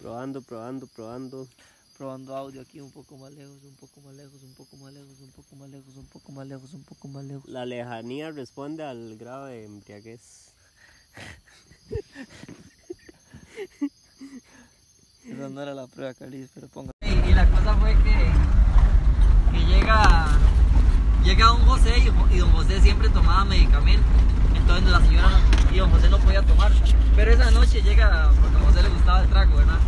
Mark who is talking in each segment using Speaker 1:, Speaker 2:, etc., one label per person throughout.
Speaker 1: Probando, probando, probando.
Speaker 2: Probando audio aquí un poco más lejos, un poco más lejos, un poco más lejos, un poco más lejos, un poco más lejos, un poco más lejos.
Speaker 1: La lejanía responde al grado de embriaguez.
Speaker 2: Esa no era la prueba, Carlitos, pero ponga.
Speaker 3: Y, y la cosa fue que, que llega, llega don José y, jo- y don José siempre tomaba medicamento. Entonces la señora no- y don José no podía tomar. Pero esa noche llega, porque a José le gustaba el trago, ¿verdad?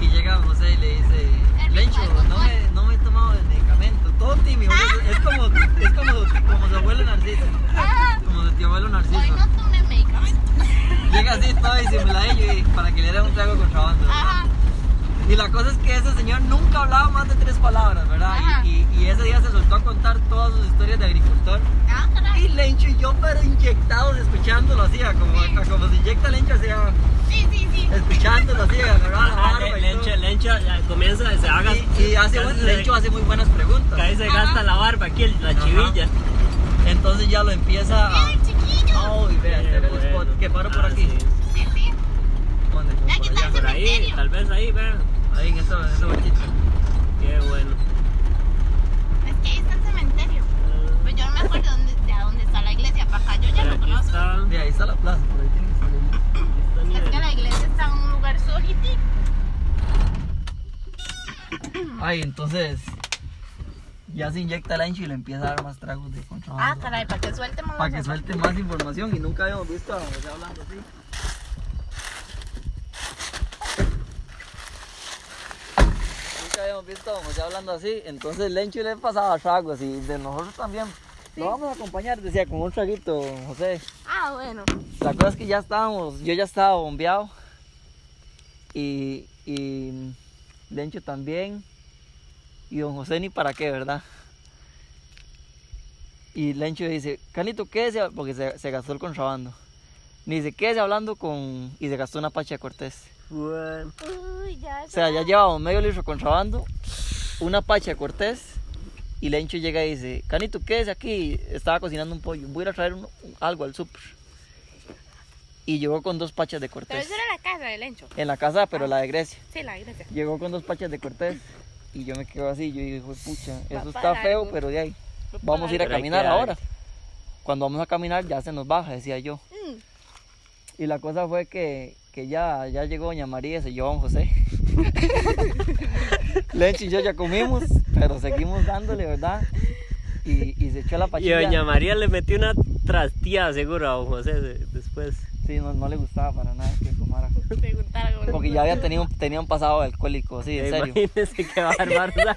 Speaker 3: Y llega don José y le dice, Lencho, no me, no me he tomado el medicamento. Todo tímido, es- es como, es como, como su abuelo Narciso. Como su tío abuelo
Speaker 4: Hoy
Speaker 3: Narciso.
Speaker 4: no tomé medicamento.
Speaker 3: Llega así todo y se me la y para que le dé un trago de contrabando. ¿verdad?
Speaker 4: Ajá.
Speaker 3: Y la cosa es que ese señor nunca hablaba más de tres palabras, ¿verdad?
Speaker 4: Ajá.
Speaker 3: Y, y- y ese día se soltó a contar todas sus historias de agricultor.
Speaker 4: Ah,
Speaker 3: Y
Speaker 4: caray.
Speaker 3: Lencho y yo, pero inyectados, escuchándolo así, a como, a como se inyecta Lencho, así, a-
Speaker 4: Sí, sí, sí.
Speaker 3: escuchándolo así, agarraba la
Speaker 1: Ah,
Speaker 3: barba
Speaker 1: le-
Speaker 3: y todo.
Speaker 1: Lencho, Lencho, ah, comienza, se haga.
Speaker 3: Y, y hace, buen- Lencho hace muy buenas preguntas.
Speaker 1: Ahí se gasta la barba, aquí el- la
Speaker 3: Ajá.
Speaker 1: chivilla.
Speaker 3: Entonces ya lo empieza a...
Speaker 4: ¡Ey, chiquillo!
Speaker 3: ¡Ay, vea, este era el
Speaker 1: Bueno.
Speaker 3: spot! Que paro por
Speaker 1: Ah,
Speaker 3: aquí.
Speaker 1: sí.
Speaker 4: Sí, sí.
Speaker 3: ¿Dónde? Como
Speaker 4: Vea
Speaker 3: por
Speaker 4: que
Speaker 3: allá.
Speaker 1: Por ahí, tal vez ahí, vean.
Speaker 3: Ahí en esa, en esa bolsita.
Speaker 1: Qué bueno.
Speaker 4: Es que ahí está el cementerio. Pues yo no me acuerdo dónde, de a dónde está la iglesia. Para acá yo ya
Speaker 1: Pero
Speaker 4: lo
Speaker 1: aquí
Speaker 4: conozco.
Speaker 1: está.
Speaker 3: De ahí está la plaza, por ahí tiene que estar la iglesia.
Speaker 1: aquí
Speaker 4: Es que
Speaker 1: está
Speaker 4: la iglesia está en un lugar solitito.
Speaker 3: Ay, entonces ya se inyecta el ancho y le empieza a dar más tragos de contrabando.
Speaker 4: Ah, caray, para que suelte más.
Speaker 3: Para que suelte más información y nunca habíamos visto a José hablando así. Nunca habíamos visto a José hablando así. Entonces Lencho le pasaba tragos y de nosotros también. Lo vamos a acompañar, decía, con un traguito, José.
Speaker 4: Ah, bueno.
Speaker 3: La cosa es que ya estábamos, yo ya estaba bombeado. Y, y Lencho también. Y don José ni para qué, ¿verdad? Y Lencho dice, Carlito, quédese, hab-", porque se, se gastó el contrabando. Y dice, quédese hablando con... Y se gastó una pacha de Cortés.
Speaker 1: Bueno.
Speaker 4: Uy, ya.
Speaker 3: O sea, ya llevamos medio litro de contrabando, una pacha de Cortés. Y Lencho llega y dice, Carlito, quédese aquí. Estaba cocinando un pollo. Voy a ir a traer un- algo al súper. Y llegó con dos pachas de Cortés.
Speaker 4: Pero eso era la casa del Encho.
Speaker 3: En la casa, pero la de Grecia.
Speaker 4: Sí, la iglesia.
Speaker 3: Llegó con dos pachas de Cortés y yo me quedo así. Yo dije, "Jue pucha, eso
Speaker 4: para
Speaker 3: está feo,
Speaker 4: algo.
Speaker 3: pero de ahí.
Speaker 4: Va para
Speaker 3: Vamos a ir a
Speaker 1: algo". Pero hay que
Speaker 3: caminar
Speaker 1: darle.
Speaker 3: ahora. Cuando vamos a caminar ya se nos baja, decía yo.
Speaker 4: Mm.
Speaker 3: Y la cosa fue que, que ya, ya llegó Doña María y se llevó a don José. Lencho y yo ya comimos, pero seguimos dándole, ¿verdad? Y, y se echó la
Speaker 1: Y
Speaker 3: pachilla.
Speaker 1: doña María le metió una trastía seguro a don José de- después.
Speaker 3: Sí, no, no le gustaba para nada que tomara.
Speaker 4: Pues, Preguntar algo.
Speaker 3: Porque ya habían tenido, tenía un pasado alcohólico, sí, en
Speaker 1: Eh,
Speaker 3: serio.
Speaker 1: Imagínese que barbaridad.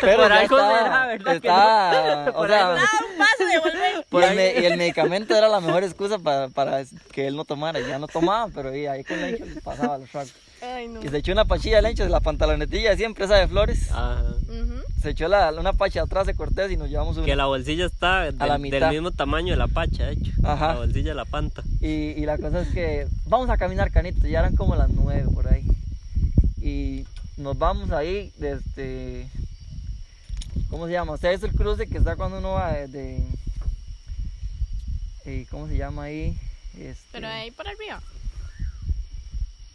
Speaker 3: Pero
Speaker 1: Por
Speaker 3: ya
Speaker 1: algo
Speaker 3: estaba-
Speaker 1: será, ¿verdad que
Speaker 3: estaba-
Speaker 1: no?
Speaker 3: o
Speaker 1: Por
Speaker 3: sea,
Speaker 1: algo-
Speaker 4: Un paso de volver.
Speaker 3: Y el, me- y el medicamento era la mejor excusa para, para que él no tomara. Ya no tomaba, pero ahí, ahí con Lencho le pasaba los tragos.
Speaker 4: Ay, no.
Speaker 3: Y se echó una pachilla Lencho de la pantalonetilla, siempre esa de flores.
Speaker 1: Ajá.
Speaker 4: Ujú.
Speaker 3: Se echó la, una pacha atrás de Cortés y nos llevamos una.
Speaker 1: Que la bolsilla está del,
Speaker 3: la
Speaker 1: del
Speaker 3: mitad.
Speaker 1: mismo tamaño de la pacha, de hecho.
Speaker 3: Ajá.
Speaker 1: La bolsilla de la panta.
Speaker 3: Y, y la cosa es que vamos a caminar, Canito. Ya eran como las nueve por ahí. Y nos vamos ahí desde. ¿Cómo se llama? O sea, es el cruce que está cuando uno va desde. eh, ¿Cómo se llama ahí? Este,
Speaker 4: Pero ahí por arriba.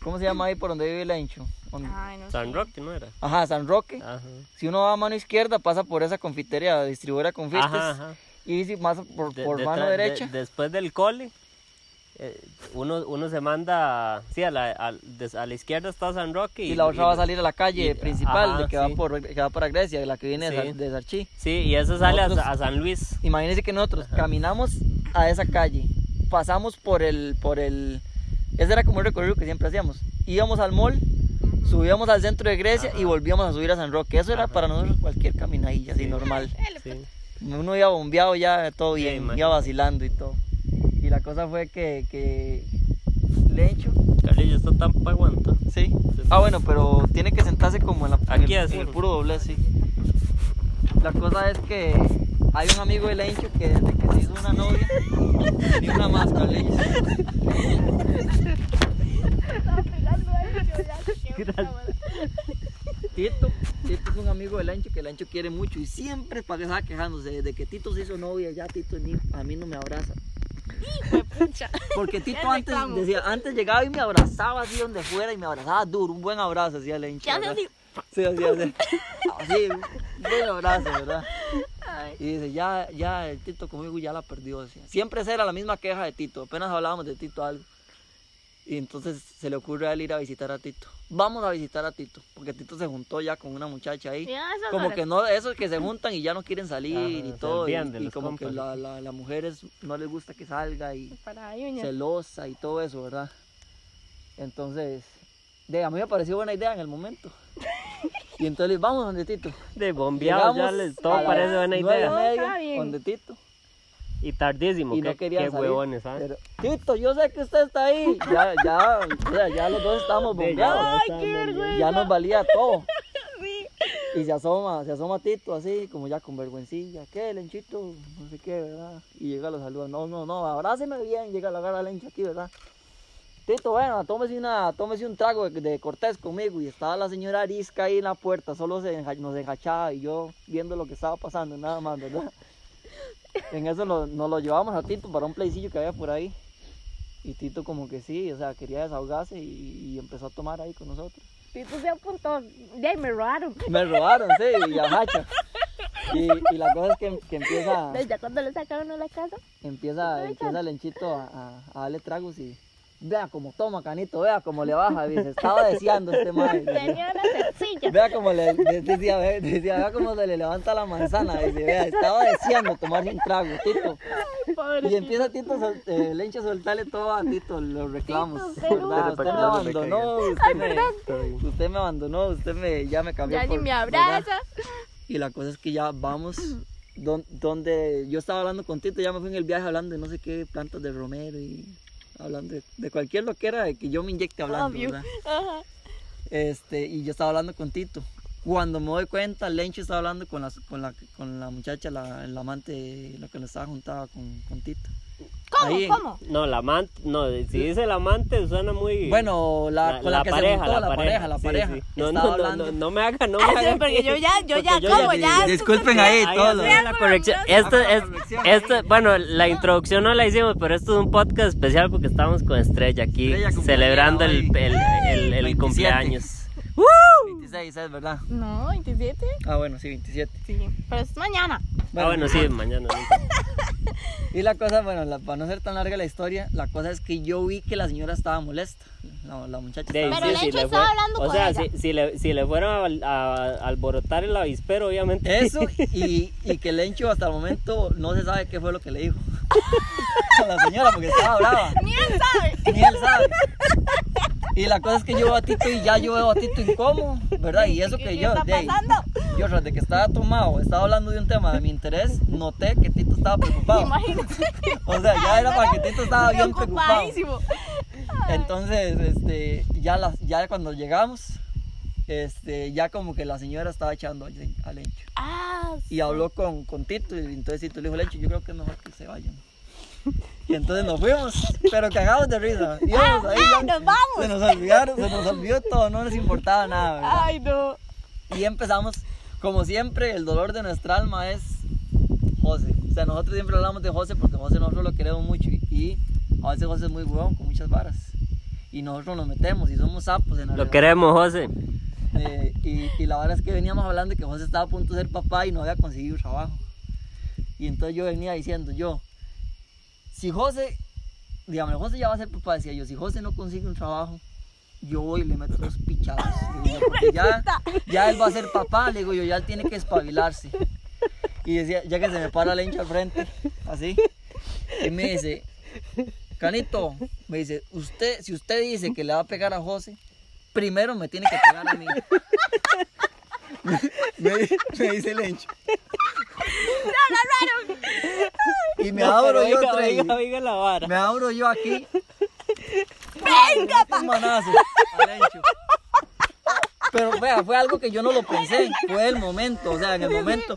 Speaker 3: ¿Cómo se llama ahí por donde vive Lencho? Donde-
Speaker 4: Ay, no.
Speaker 1: San Roque, ¿no era?
Speaker 3: Ajá, San Roque.
Speaker 1: Ajá.
Speaker 3: Si uno va a mano izquierda, pasa por esa confitería, distribuidora de confites.
Speaker 1: Ajá, ajá.
Speaker 3: Y si pasa por,
Speaker 1: De-
Speaker 3: por
Speaker 1: detrás-
Speaker 3: mano
Speaker 1: de-
Speaker 3: derecha.
Speaker 1: después del cole, eh, uno, uno se manda, sí, a la, al- des- a la izquierda está San Roque.
Speaker 3: y, la otra va a salir a la calle
Speaker 1: y-
Speaker 3: principal,
Speaker 1: ajá,
Speaker 3: de que, va
Speaker 1: sí.
Speaker 3: por, que va para Grecia, la que viene de,
Speaker 1: Sí.
Speaker 3: Sar- de Sarchí.
Speaker 1: Sí, y eso sale a-
Speaker 3: Nosotros-
Speaker 1: a, San Luis.
Speaker 3: Imagínense que nosotros caminamos a esa calle, pasamos por el, por el, ese era como el recorrido que siempre hacíamos. Íbamos al mall, subíamos al centro de Grecia y volvíamos a subir a San Roque. Eso era para nosotros cualquier caminadilla, así normal.
Speaker 4: Él,
Speaker 1: Sí.
Speaker 3: pues. Uno iba bombeado ya, todo
Speaker 1: Sí,
Speaker 3: bien, iba
Speaker 1: imagínate.
Speaker 3: vacilando y todo. Y la cosa fue que, que Lencho,
Speaker 1: Carrillo está tan pa' aguantar.
Speaker 3: sí. Ah, bueno, pero tiene que sentarse como en, la, en
Speaker 1: Aquí
Speaker 3: el,
Speaker 1: así.
Speaker 3: en el puro doblez, sí. La cosa es que hay un amigo de Lencho que desde que se hizo una novia, tenía una máscara, Lencho. Tito, Tito es un amigo de Lencho que Lencho quiere mucho y siempre para que estaba quejándose. Desde que Tito se hizo novia, ya Tito ni- a mí no me abraza.
Speaker 4: Hijo de pucha.
Speaker 3: Porque Tito
Speaker 4: El
Speaker 3: antes
Speaker 4: reclamo.
Speaker 3: decía, antes llegaba y me abrazaba así donde fuera y me abrazaba duro, un buen abrazo hacía la
Speaker 4: ¿Qué
Speaker 3: hincha.
Speaker 4: hace
Speaker 3: ¿verdad?
Speaker 4: así?
Speaker 3: Sí, así, así. Así, un buen abrazo, ¿verdad?
Speaker 4: Ay,
Speaker 3: Y dice, ya, ya, el Tito conmigo ya la perdió. decía. Siempre esa era la misma queja de Tito, apenas hablábamos de Tito algo. Y entonces se le ocurre a él ir a visitar a Tito. Vamos a visitar a Tito, porque Tito se juntó ya con una muchacha ahí.
Speaker 4: mira esas
Speaker 3: Como
Speaker 4: horas.
Speaker 3: que no, esos que se juntan y ya no quieren salir
Speaker 1: Ajá,
Speaker 3: y
Speaker 1: se
Speaker 3: todo. Y,
Speaker 1: olvidan de
Speaker 3: y
Speaker 1: los
Speaker 3: como que
Speaker 1: compas.
Speaker 3: la, la, la mujer es- no les gusta que salga y
Speaker 4: Para ahí, doña.
Speaker 3: celosa y todo eso, ¿verdad? Entonces, de, a mí me pareció buena idea en el momento. Y entonces le dije, vamos donde Tito.
Speaker 1: De bombeado ya
Speaker 3: Llegamos
Speaker 1: les,
Speaker 3: a
Speaker 1: todo
Speaker 3: las
Speaker 1: parece buena
Speaker 3: nueve y
Speaker 1: idea.
Speaker 4: Todo está
Speaker 3: media,
Speaker 4: bien.
Speaker 3: Donde Tito.
Speaker 1: Y tardísimo,
Speaker 3: Y
Speaker 1: qué,
Speaker 3: no querían
Speaker 1: qué
Speaker 3: salir.
Speaker 1: huevones, ¿ah?
Speaker 3: Pero, Tito, yo sé que usted está ahí. Ya, ya, o sea, ya los dos estamos
Speaker 1: De-
Speaker 3: bombeados.
Speaker 1: ya están,
Speaker 4: vergüenza.
Speaker 3: Ya nos valía todo.
Speaker 4: Sí.
Speaker 3: Y se asoma, se asoma Tito así, como ya con vergüencilla. ¿Qué, Lenchito? No sé qué, ¿verdad? Y llega, lo saluda. No, no, no, abráceme bien. Llega, lo agarra a Lencho aquí, ¿verdad? Tito, bueno, tómese, una, tómese un trago de, de Cortés conmigo. Y estaba la señora Arisca ahí en la puerta, solo se enja- nos enjachaba y yo viendo lo que estaba pasando, nada más, ¿verdad? En eso lo- nos lo llevamos a Tito para un playcillo que había por ahí. Y Tito como que sí, o sea, quería desahogarse y- y empezó a tomar ahí con nosotros.
Speaker 5: Tito se apuntó. De ahí me robaron.
Speaker 3: Me robaron, sí, y a Hacha. Y, y la cosa es que, que empieza,
Speaker 5: Pero ya cuando lo sacaron de la casa,
Speaker 3: empieza, empieza Lenchito a, a- a darle tragos y vea como toma canito, vea como le baja, dice, estaba deseando este madre.
Speaker 5: tenía una sencilla.
Speaker 3: Vea como le de- decía, ve- decía, vea como se le levanta la manzana, dice, vea, estaba deseando tomarse un trago, Tito. Y empieza Tito sol- eh, Lencho a soltarle todo a Tito los reclamos.
Speaker 5: Tito,
Speaker 3: ¿verdad?
Speaker 1: pero-
Speaker 3: Usted me abandonó, usted me, usted me abandonó, usted me, ya me cambió.
Speaker 5: Ya ni
Speaker 3: por-
Speaker 5: me
Speaker 3: ¿verdad?
Speaker 5: abraza.
Speaker 3: Y la cosa es que ya vamos don- donde yo estaba hablando con Tito, ya me fui en el viaje hablando de no sé qué plantas de romero y hablando de, de cualquier lo que era que yo me inyecte hablando,
Speaker 5: Obvio.
Speaker 3: ¿verdad?
Speaker 5: Ajá.
Speaker 3: Este, y yo estaba hablando con Tito. Cuando me doy cuenta, Lencho estaba hablando con, las- con, la, con la muchacha, la, el amante, la que le estaba juntada con, con Tito.
Speaker 4: ¿Cómo?
Speaker 3: Ahí-
Speaker 4: ¿Cómo?
Speaker 1: No, la amante, no, si dice el amante suena muy...
Speaker 3: Bueno, la, con la, que se juntó, la pareja, la
Speaker 1: sí,
Speaker 3: pareja.
Speaker 1: sí. No, no,
Speaker 3: Estaba
Speaker 1: no,
Speaker 3: hablando-
Speaker 1: no, no me haga, no me
Speaker 4: Ah, sí,
Speaker 1: haga.
Speaker 4: porque
Speaker 1: que-
Speaker 4: yo ya, yo
Speaker 1: porque
Speaker 4: ya, ¿cómo?
Speaker 1: sí,
Speaker 4: Ya.
Speaker 3: Disculpen ahí
Speaker 1: Ahí
Speaker 3: todos.
Speaker 1: hacía
Speaker 3: los-
Speaker 4: Vean
Speaker 1: la
Speaker 4: por
Speaker 1: corrección.
Speaker 4: Dios.
Speaker 1: Esto
Speaker 3: Haga la
Speaker 1: es,
Speaker 3: corrección
Speaker 1: esto,
Speaker 3: ahí.
Speaker 1: bueno, la introducción no la hicimos, pero esto es un podcast especial porque estamos con Estrella aquí
Speaker 3: Estrella cumpleañera
Speaker 1: celebrando el,
Speaker 3: hoy.
Speaker 1: el, el, el
Speaker 3: 27.
Speaker 1: cumpleaños.
Speaker 3: 26, es verdad.
Speaker 4: No, 27.
Speaker 3: Ah, bueno, sí, 27.
Speaker 4: Sí, pero es mañana.
Speaker 1: ah, bueno, sí, mañana. ¿no?
Speaker 3: Y la cosa, bueno, la- para no ser tan larga la historia, la cosa es que yo vi que la señora estaba molesta. La, la muchacha
Speaker 1: De ahí,
Speaker 3: estaba
Speaker 4: Pero
Speaker 1: sí, sí,
Speaker 4: Lencho
Speaker 1: le
Speaker 4: estaba
Speaker 1: fue-
Speaker 4: hablando
Speaker 1: O
Speaker 4: con
Speaker 1: sea,
Speaker 4: ella.
Speaker 1: si, si, le, si le fueron a, a- a alborotar el avispero, obviamente.
Speaker 3: Eso, y, y que Lencho hasta el momento no se sabe qué fue lo que le dijo a la señora, porque estaba brava.
Speaker 4: Ni él sabe.
Speaker 3: Ni él sabe. Y la cosa es que yo veo a Tito y ya yo veo a Tito incómodo, ¿verdad? Y eso
Speaker 4: ¿Qué-
Speaker 3: que
Speaker 4: qué
Speaker 3: yo,
Speaker 4: está
Speaker 3: de ahí,
Speaker 4: pasando?
Speaker 3: yo desde que estaba tomado, estaba hablando de un tema de mi interés, noté que Tito estaba preocupado.
Speaker 4: Imagínate.
Speaker 3: O sea, ya era para que Tito estaba bien preocupado.
Speaker 4: Preocupadísimo.
Speaker 3: Entonces, este, ya, las- ya cuando llegamos, este, ya como que la señora estaba echando a Len- a Lencho.
Speaker 4: Ah,
Speaker 3: Y habló con, con Tito, y entonces Tito le dijo, Lencho, yo creo que es mejor que se vayan. Y entonces nos fuimos, pero cagados de risa. Íbamos ahí,
Speaker 4: Ah,
Speaker 3: ya-
Speaker 4: nos vamos.
Speaker 3: Se nos olvidaron, se nos olvidó todo, no nos importaba nada, ¿verdad?
Speaker 4: ay, no.
Speaker 3: Y empezamos, como siempre, el dolor de nuestra alma es José. O sea, nosotros siempre hablamos de José porque José nosotros lo queremos mucho. Y, y a veces José es muy huevón con muchas varas. Y nosotros nos metemos y somos sapos en la
Speaker 1: Lo
Speaker 3: relación.
Speaker 1: queremos, José.
Speaker 3: Eh, y, y la verdad es que veníamos hablando de que José estaba a punto de ser papá y no había conseguido trabajo. Y entonces yo venía diciendo, yo, si José, dígame, José ya va a ser papá, decía yo, si José no consigue un trabajo, yo voy y le meto unos pichados. Digo yo, porque ya, ya él va a ser papá, le digo yo, ya él tiene que espabilarse. Y decía, ya que se me para la hincha al frente, así, y me dice, Canito, me dice, usted, si usted dice que le va a pegar a José, primero me tiene que pegar a mí. me, me dice Lencho. Y me abro
Speaker 1: Pero
Speaker 3: yo
Speaker 1: oiga,
Speaker 3: tres.
Speaker 1: oiga, oiga la vara.
Speaker 3: Me abro yo aquí. ¡Venga, Un manazo. al Lencho. Pero pero vea, fue algo que yo no lo pensé, fue el momento, o sea, en el momento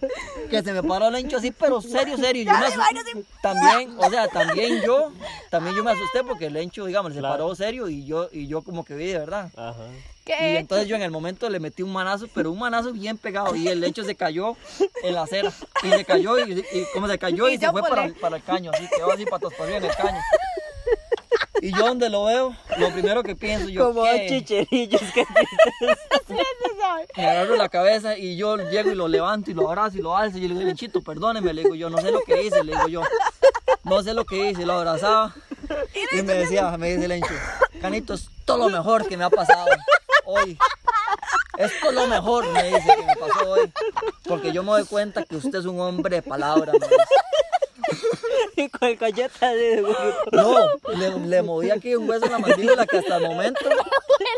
Speaker 3: que se me paró el hincho así, pero serio, serio, yo me asusté. también, o sea, también yo, también yo me asusté porque el hincho, digamos, se
Speaker 1: Claro.
Speaker 3: paró serio y yo, y yo como que vi de verdad.
Speaker 1: Ajá.
Speaker 3: Y entonces yo en el momento le metí un manazo, pero un manazo bien pegado. Y el lecho se cayó en la acera. Y se cayó, y, y como se cayó, y, se fue para, para el caño. Así quedó así patos para arriba en el caño. Y yo donde lo veo, lo primero que pienso, yo
Speaker 1: Como
Speaker 3: ¿qué?
Speaker 1: chicherillos que
Speaker 3: me agarro la cabeza y yo llego y lo levanto y lo abrazo y lo alzo. Y yo le digo, Lenchito, perdóneme. Le digo yo, no sé lo que hice. Le digo yo, no sé lo que hice. Lo abrazaba. Y me decía, me dice Lencho, Canito, es todo lo mejor que me ha pasado hoy. Esto es lo mejor, me dice, que me pasó hoy. Porque yo me doy cuenta que usted es un hombre de palabra. me dice.
Speaker 1: y con el cacheta de
Speaker 3: No, le, le moví aquí un hueso en la mandíbula que hasta el momento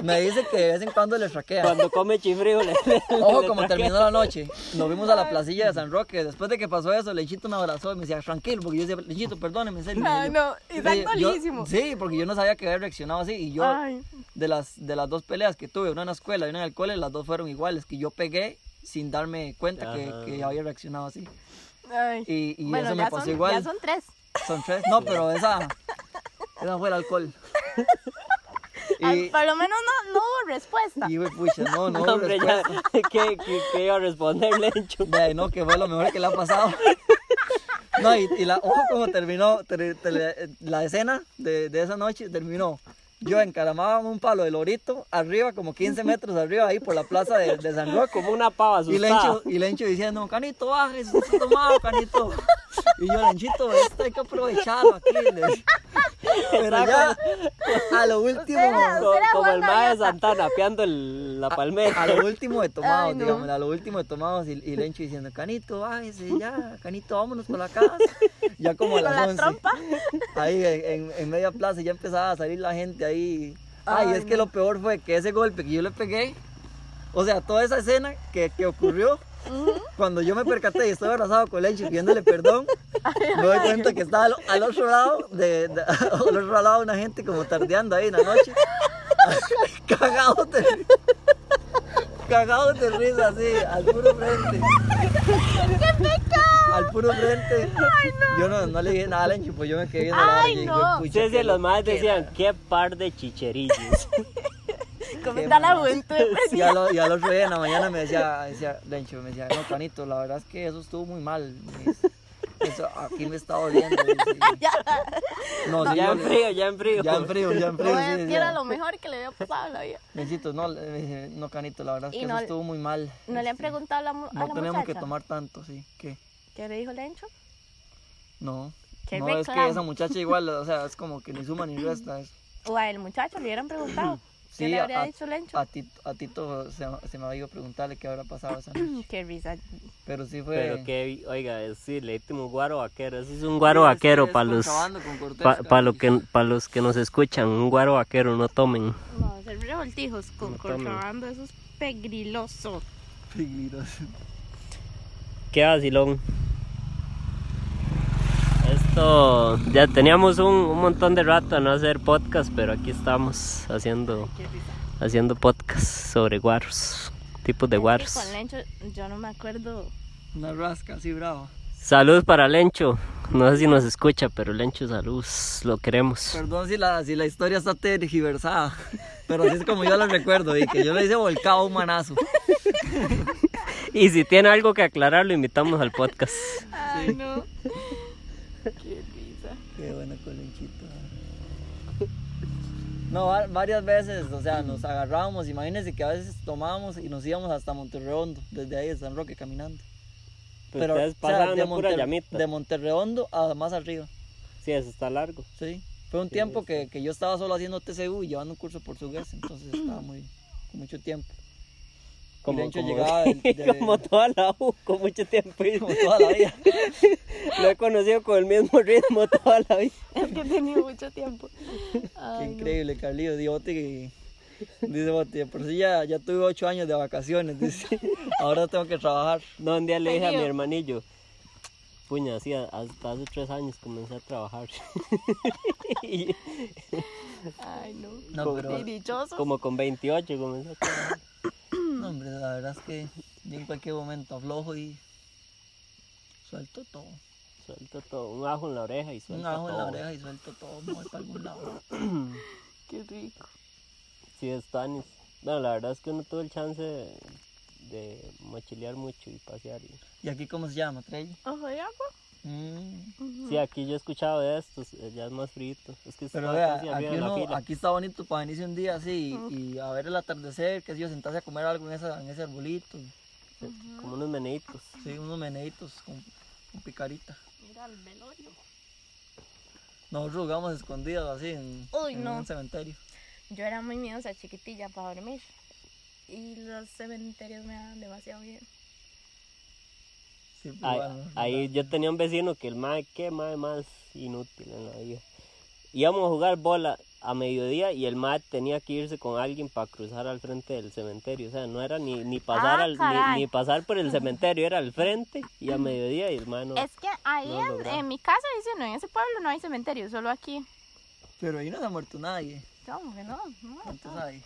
Speaker 3: me dice que de vez en cuando le traquea.
Speaker 1: cuando come chifrijo le, le-
Speaker 3: Ojo,
Speaker 1: le
Speaker 3: como
Speaker 1: traquea.
Speaker 3: terminó la noche, nos vimos a la placilla de San Roque. Después de que pasó eso, Lechito me abrazó y me decía, tranquilo, porque yo decía, Lechito, perdóneme, en serio.
Speaker 6: Ay, Ah, no, y tan
Speaker 3: yo-
Speaker 6: dolísimo.
Speaker 3: Sí, porque yo no sabía que había reaccionado así. Y yo,
Speaker 5: Ay.
Speaker 3: de las, de las dos peleas que tuve, una en la escuela y una en el cole, las dos fueron iguales, que yo pegué sin darme cuenta que,
Speaker 1: Ajá.
Speaker 3: que había reaccionado así.
Speaker 6: Ay.
Speaker 3: Y, y
Speaker 6: bueno,
Speaker 3: eso me
Speaker 6: ya
Speaker 3: pasó
Speaker 6: son,
Speaker 3: igual.
Speaker 6: Ya son tres.
Speaker 3: Son tres. No, pero esa, esa fue el alcohol.
Speaker 6: Ay,
Speaker 3: Y,
Speaker 6: Ah, por lo menos no, no hubo respuesta.
Speaker 3: y, pucha, no, no,
Speaker 1: No, hombre, ya,
Speaker 3: respuesta.
Speaker 1: ¿qué, qué, qué iba a responder Lencho?
Speaker 3: De ahí, no, que fue lo mejor que le ha pasado. No, y, y la, ojo como terminó ter- ter- la escena de, de esa noche, terminó. Yo encaramaba un palo de lorito, arriba, como 15 metros arriba, ahí por la plaza de, de San Roque.
Speaker 1: Como una pava
Speaker 3: Y
Speaker 1: asustada.
Speaker 3: Lencho, y Lencho diciendo, Canito, baje, se está tomado, Canito. Y yo, Lenchito, esto hay que aprovecharlo aquí. le- Pero ya, a lo último,
Speaker 1: Co-
Speaker 6: usted era
Speaker 1: como
Speaker 6: Juan
Speaker 1: el mae de
Speaker 6: Gaviota.
Speaker 1: Santana peando el-
Speaker 3: Ah,
Speaker 1: la palmera.
Speaker 3: a lo último de tomados,
Speaker 6: Ay, no.
Speaker 3: digamos, a lo último de tomados y, y Lencho diciendo, Canito, bájese ya, Canito, vámonos para la casa. Ya como a
Speaker 6: Con
Speaker 3: las
Speaker 6: la
Speaker 3: 11,
Speaker 6: trompa.
Speaker 3: Ahí en, en- en media plaza ya empezaba a salir la gente ahí. Ay,
Speaker 6: Ay,
Speaker 3: es que lo peor fue que ese golpe que yo le pegué, o sea, toda esa escena que, que ocurrió, cuando yo me percaté y estaba abrazado con Lencho pidiéndole perdón, me doy cuenta que estaba al, al otro lado de, de- al otro lado una gente como tardeando ahí en la noche. Cagado de cagados de risa así, al puro frente. Al puro frente. Yo no, no le dije nada a Lencho, pues yo me quedé viendo la hora y
Speaker 6: Ay,
Speaker 3: dije,
Speaker 6: no.
Speaker 3: "Pucha,
Speaker 1: Sí, sí,
Speaker 3: qué
Speaker 1: los maes
Speaker 3: loquera".
Speaker 1: decían, qué par de chicherillos.
Speaker 6: Como
Speaker 3: Qué
Speaker 6: está la pues,
Speaker 3: mamá.
Speaker 6: juventud
Speaker 3: Y al,
Speaker 6: depresiva.
Speaker 3: o- y al otro día en la mañana me decía, decía Lencho, me decía, no, Canito, la verdad es que eso estuvo muy mal. Me dice, Eso aquí me está doliendo. me dice.
Speaker 6: Ya.
Speaker 3: No, sí,
Speaker 1: ya
Speaker 3: yo
Speaker 1: en
Speaker 3: le-
Speaker 1: frío, ya en frío.
Speaker 3: Ya en frío, ya en frío.
Speaker 6: No,
Speaker 3: sí,
Speaker 6: es que
Speaker 3: decía.
Speaker 6: era lo mejor que le había pasado a la vida.
Speaker 3: Lencito, no, le- me dice, no, Canito, la verdad es
Speaker 6: Y
Speaker 3: que
Speaker 6: no-
Speaker 3: eso estuvo muy mal.
Speaker 6: ¿No le han
Speaker 3: Este,
Speaker 6: preguntado a la, mu- a
Speaker 3: No
Speaker 6: la
Speaker 3: tenemos que
Speaker 6: muchacha?
Speaker 3: tomar tanto, sí. ¿Qué?
Speaker 6: ¿Qué le dijo Lencho?
Speaker 3: No.
Speaker 6: Qué
Speaker 3: no, es que
Speaker 6: reclamo.
Speaker 3: esa muchacha igual, o sea, es como que ni suma ni resta. es-
Speaker 6: O a el muchacho le hubieran preguntado. ¿Qué
Speaker 3: Sí,
Speaker 6: le habría
Speaker 3: a-
Speaker 6: dicho Lencho?
Speaker 3: A Tito, a Tito se, se me ha ido a preguntarle qué habrá pasado esa noche.
Speaker 6: Qué risa.
Speaker 3: Pero sí fue.
Speaker 1: Pero que, oiga, es- sí, le dimos un guaro vaquero. Ese es un guaro vaquero para los, pa- pa lo que, pa los que nos escuchan. Un guaro vaquero, no tomen.
Speaker 4: Vamos a hacer revoltijos con
Speaker 1: No tomen.
Speaker 4: contrabando, eso es pegriloso.
Speaker 1: Qué vacilón. Esto, ya teníamos un, un montón de rato a no hacer podcast, pero aquí estamos haciendo, haciendo podcast sobre guaros, tipos de
Speaker 6: Es que
Speaker 1: guaros.
Speaker 6: Con Lencho, yo no me acuerdo.
Speaker 3: Una rasca así brava.
Speaker 1: Salud para Lencho. No sé si nos escucha, pero Lencho, salud. Lo queremos.
Speaker 3: Perdón si la, si la historia está tergiversada. Pero así es como yo la recuerdo. Y que yo le hice volcado a un manazo.
Speaker 1: Y si tiene algo que aclarar, lo invitamos al podcast.
Speaker 6: Ay, no. Qué risa.
Speaker 3: Qué bueno colinchito. No, va- varias veces, o sea, nos agarrábamos, imagínense que a veces tomábamos y nos íbamos hasta Monterredondo, desde ahí de San Roque caminando. Pero
Speaker 1: Pues Ustedes
Speaker 3: o sea,
Speaker 1: pasaban
Speaker 3: de,
Speaker 1: de pura
Speaker 3: Monter-
Speaker 1: llamita.
Speaker 3: de Monterredondo a más arriba,
Speaker 1: Sí, eso está largo.
Speaker 3: sí. Fue un tiempo que, que yo estaba solo haciendo TCU y llevando un curso de portugués, entonces estaba muy, con mucho tiempo.
Speaker 1: Como,
Speaker 3: Lencho
Speaker 1: como-
Speaker 3: llegaba del- de-
Speaker 1: como toda la U, con mucho tiempo. y-
Speaker 3: Como toda la vida.
Speaker 1: Lo he conocido con el mismo ritmo toda la vida.
Speaker 6: Es que he tenido mucho tiempo.
Speaker 3: Qué
Speaker 6: Ay,
Speaker 3: increíble, Carlillo, di Bote que- Dice Bote, por si ya, ya tuve ocho años de vacaciones, dice. Ahora tengo que trabajar.
Speaker 1: No, un día le dije a mi hermanillo, puña, así hasta hace tres años comencé a trabajar. Y
Speaker 6: no. Ay, no.
Speaker 3: No, pero
Speaker 6: Y dichoso.
Speaker 1: como con 28 comencé a trabajar.
Speaker 3: No, hombre, la verdad es que yo en cualquier momento aflojo y suelto todo.
Speaker 1: Suelto todo, un ajo en la oreja y suelto
Speaker 3: Un ajo
Speaker 1: todo.
Speaker 3: en la oreja y suelto todo, me voy para algún lado.
Speaker 6: Qué rico.
Speaker 1: Sí, es Tanis. No, la verdad es que uno tuvo el chance de, de mochilear mucho y pasear. y-
Speaker 3: ¿Y aquí cómo se llama, Trey?
Speaker 6: Ojo de agua.
Speaker 3: Mm,
Speaker 1: Sí, aquí yo he escuchado de estos, eh, ya es más frito. Es que
Speaker 3: Pero
Speaker 1: estaba
Speaker 3: vea,
Speaker 1: casi
Speaker 3: aquí,
Speaker 1: arriba de la
Speaker 3: uno-
Speaker 1: fila.
Speaker 3: aquí está bonito para venirse un día así y- y a ver el atardecer, que sé yo, sentarse a comer algo en, esa, en ese arbolito. y-
Speaker 1: Como unos meneitos.
Speaker 3: Sí, unos meneitos con, con picarita.
Speaker 6: Mira el velorio.
Speaker 3: Nosotros jugamos escondidos así en,
Speaker 6: Uy,
Speaker 3: en
Speaker 6: no.
Speaker 3: un cementerio.
Speaker 6: Yo era muy miedosa chiquitilla para dormir. Y los cementerios me dan demasiado bien.
Speaker 3: Sí, pero
Speaker 1: Ahí,
Speaker 3: bueno,
Speaker 1: ahí yo tenía un vecino que el mae, qué mae más inútil en la vida. Íbamos a jugar bola a mediodía y el mae tenía que irse con alguien para cruzar al frente del cementerio. O sea, no era ni, ni pasar
Speaker 6: Ah,
Speaker 1: al, ni,
Speaker 6: caray.
Speaker 1: ni pasar por el cementerio, era al frente y a mediodía y el mae no.
Speaker 6: Es que ahí
Speaker 1: No,
Speaker 6: en,
Speaker 1: logrado.
Speaker 6: en mi casa, dice, no, en ese pueblo no hay cementerio, solo aquí.
Speaker 3: Pero ahí no se ha muerto nadie.
Speaker 6: ¿Cómo que no? No,
Speaker 3: ¿Cuántos
Speaker 6: no.
Speaker 3: hay?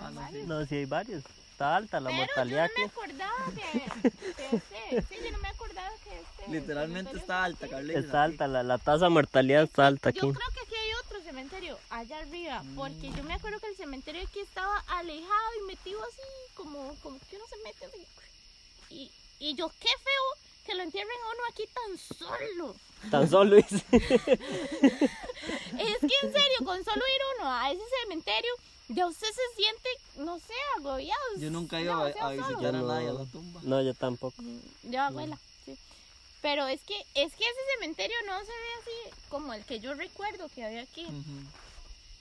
Speaker 3: Ah, no, sí.
Speaker 1: No, sí hay varios. Está alta la
Speaker 4: Pero yo
Speaker 1: mortalidad
Speaker 4: no
Speaker 1: aquí.
Speaker 4: me acordaba que, que ese. Sí, yo no me acordaba que este.
Speaker 3: Literalmente
Speaker 4: cementerio
Speaker 3: está alta, Carlita.
Speaker 1: Está alta, la, la tasa de mortalidad está alta
Speaker 4: Yo
Speaker 1: aquí.
Speaker 4: creo que aquí hay otro cementerio, allá arriba, porque yo me acuerdo que el cementerio aquí estaba alejado y metido así, como, como que uno se mete así. Y, y yo, qué feo que lo entierren a uno aquí tan solo.
Speaker 1: Tan solo Luis.
Speaker 4: Es que en serio, con solo ir uno a ese cementerio, ya usted se siente, no sé, agobiado.
Speaker 3: Yo nunca he ido a,
Speaker 4: demasiado
Speaker 3: a
Speaker 4: solo.
Speaker 3: visitar a
Speaker 1: solo.
Speaker 3: nadie a la tumba.
Speaker 1: No, yo tampoco.
Speaker 4: Yo, abuela, sí. Pero es que, es que ese cementerio no se ve así como el que yo recuerdo que había aquí.
Speaker 1: Mm.
Speaker 3: Ujú.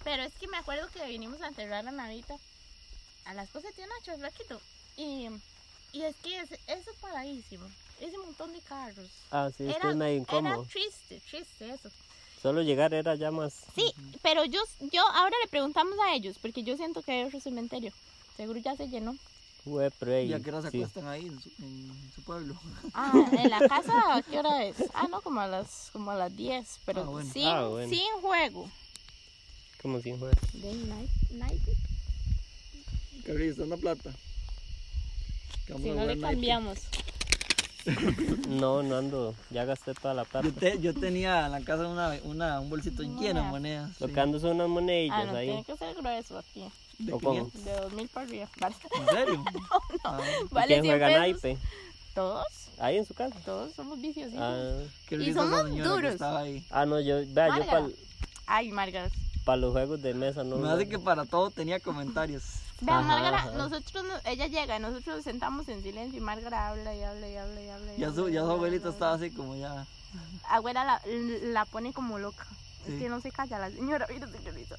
Speaker 4: Pero es que me acuerdo que vinimos a enterrar a Navita a las cosas de Nacho, flaquito. Y, y es que es, eso paradísimo. Ese montón de carros.
Speaker 1: Ah, sí, es que es medio
Speaker 4: era
Speaker 1: incómodo.
Speaker 4: triste, triste eso.
Speaker 1: Solo llegar era ya más.
Speaker 4: Sí, pero yo, yo ahora le preguntamos a ellos, porque yo siento que hay otro cementerio. Seguro ya se llenó.
Speaker 1: Fue pre.
Speaker 3: ¿Y a qué hora se
Speaker 1: sí.
Speaker 3: acuestan ahí en su, en su pueblo?
Speaker 6: Ah, en la casa, ¿a qué hora es? Ah, no, como a las, como a las 10, pero
Speaker 3: Ah, bueno.
Speaker 6: sin,
Speaker 1: Ah, bueno.
Speaker 6: sin juego.
Speaker 1: Como si fuera.
Speaker 3: Carlita, una plata. Que vamos
Speaker 6: Si
Speaker 3: a
Speaker 6: no
Speaker 3: jugar
Speaker 6: le
Speaker 3: naipes.
Speaker 6: cambiamos.
Speaker 1: No, no ando, ya gasté toda la plata.
Speaker 3: Yo, te- yo tenía en la casa una, una, un bolsito lleno de monedas.
Speaker 1: Lo
Speaker 3: sí,
Speaker 1: que ando son unas
Speaker 6: Ah,
Speaker 1: monedillas
Speaker 6: no, tiene
Speaker 1: ahí.
Speaker 6: que ser grueso aquí.
Speaker 3: de
Speaker 1: ¿O cómo?
Speaker 3: 500.
Speaker 6: De 2000 para arriba. Vale,
Speaker 3: ¿En serio? Ah,
Speaker 1: ¿Y
Speaker 6: vale
Speaker 1: ¿Quién
Speaker 6: 100
Speaker 1: juega
Speaker 6: pesos.
Speaker 1: naipe?
Speaker 6: Todos,
Speaker 1: Ahí en su casa.
Speaker 6: todos somos viciosos.
Speaker 1: Ah,
Speaker 3: qué
Speaker 6: Y
Speaker 3: risa esa
Speaker 6: somos
Speaker 3: señora que
Speaker 6: duros.
Speaker 3: estaba ahí.
Speaker 1: ah, no, yo, vea, yo
Speaker 6: Marga.
Speaker 1: para
Speaker 6: Ay, Margaret.
Speaker 1: los juegos de mesa no.
Speaker 3: Me hace que para todo tenía comentarios.
Speaker 6: Vea,
Speaker 1: Ajá,
Speaker 6: Márgara,
Speaker 1: ajá.
Speaker 6: nosotros, no- ella llega, nosotros nos sentamos en silencio y Márgara habla y habla y habla y habla. y
Speaker 3: Ya su,
Speaker 6: habla y
Speaker 3: ya su
Speaker 6: habla y
Speaker 3: abuelita
Speaker 6: habla.
Speaker 3: estaba así como ya.
Speaker 6: Abuela la, la pone como loca.
Speaker 3: Sí.
Speaker 6: Es que no se calla la señora, mira señorita.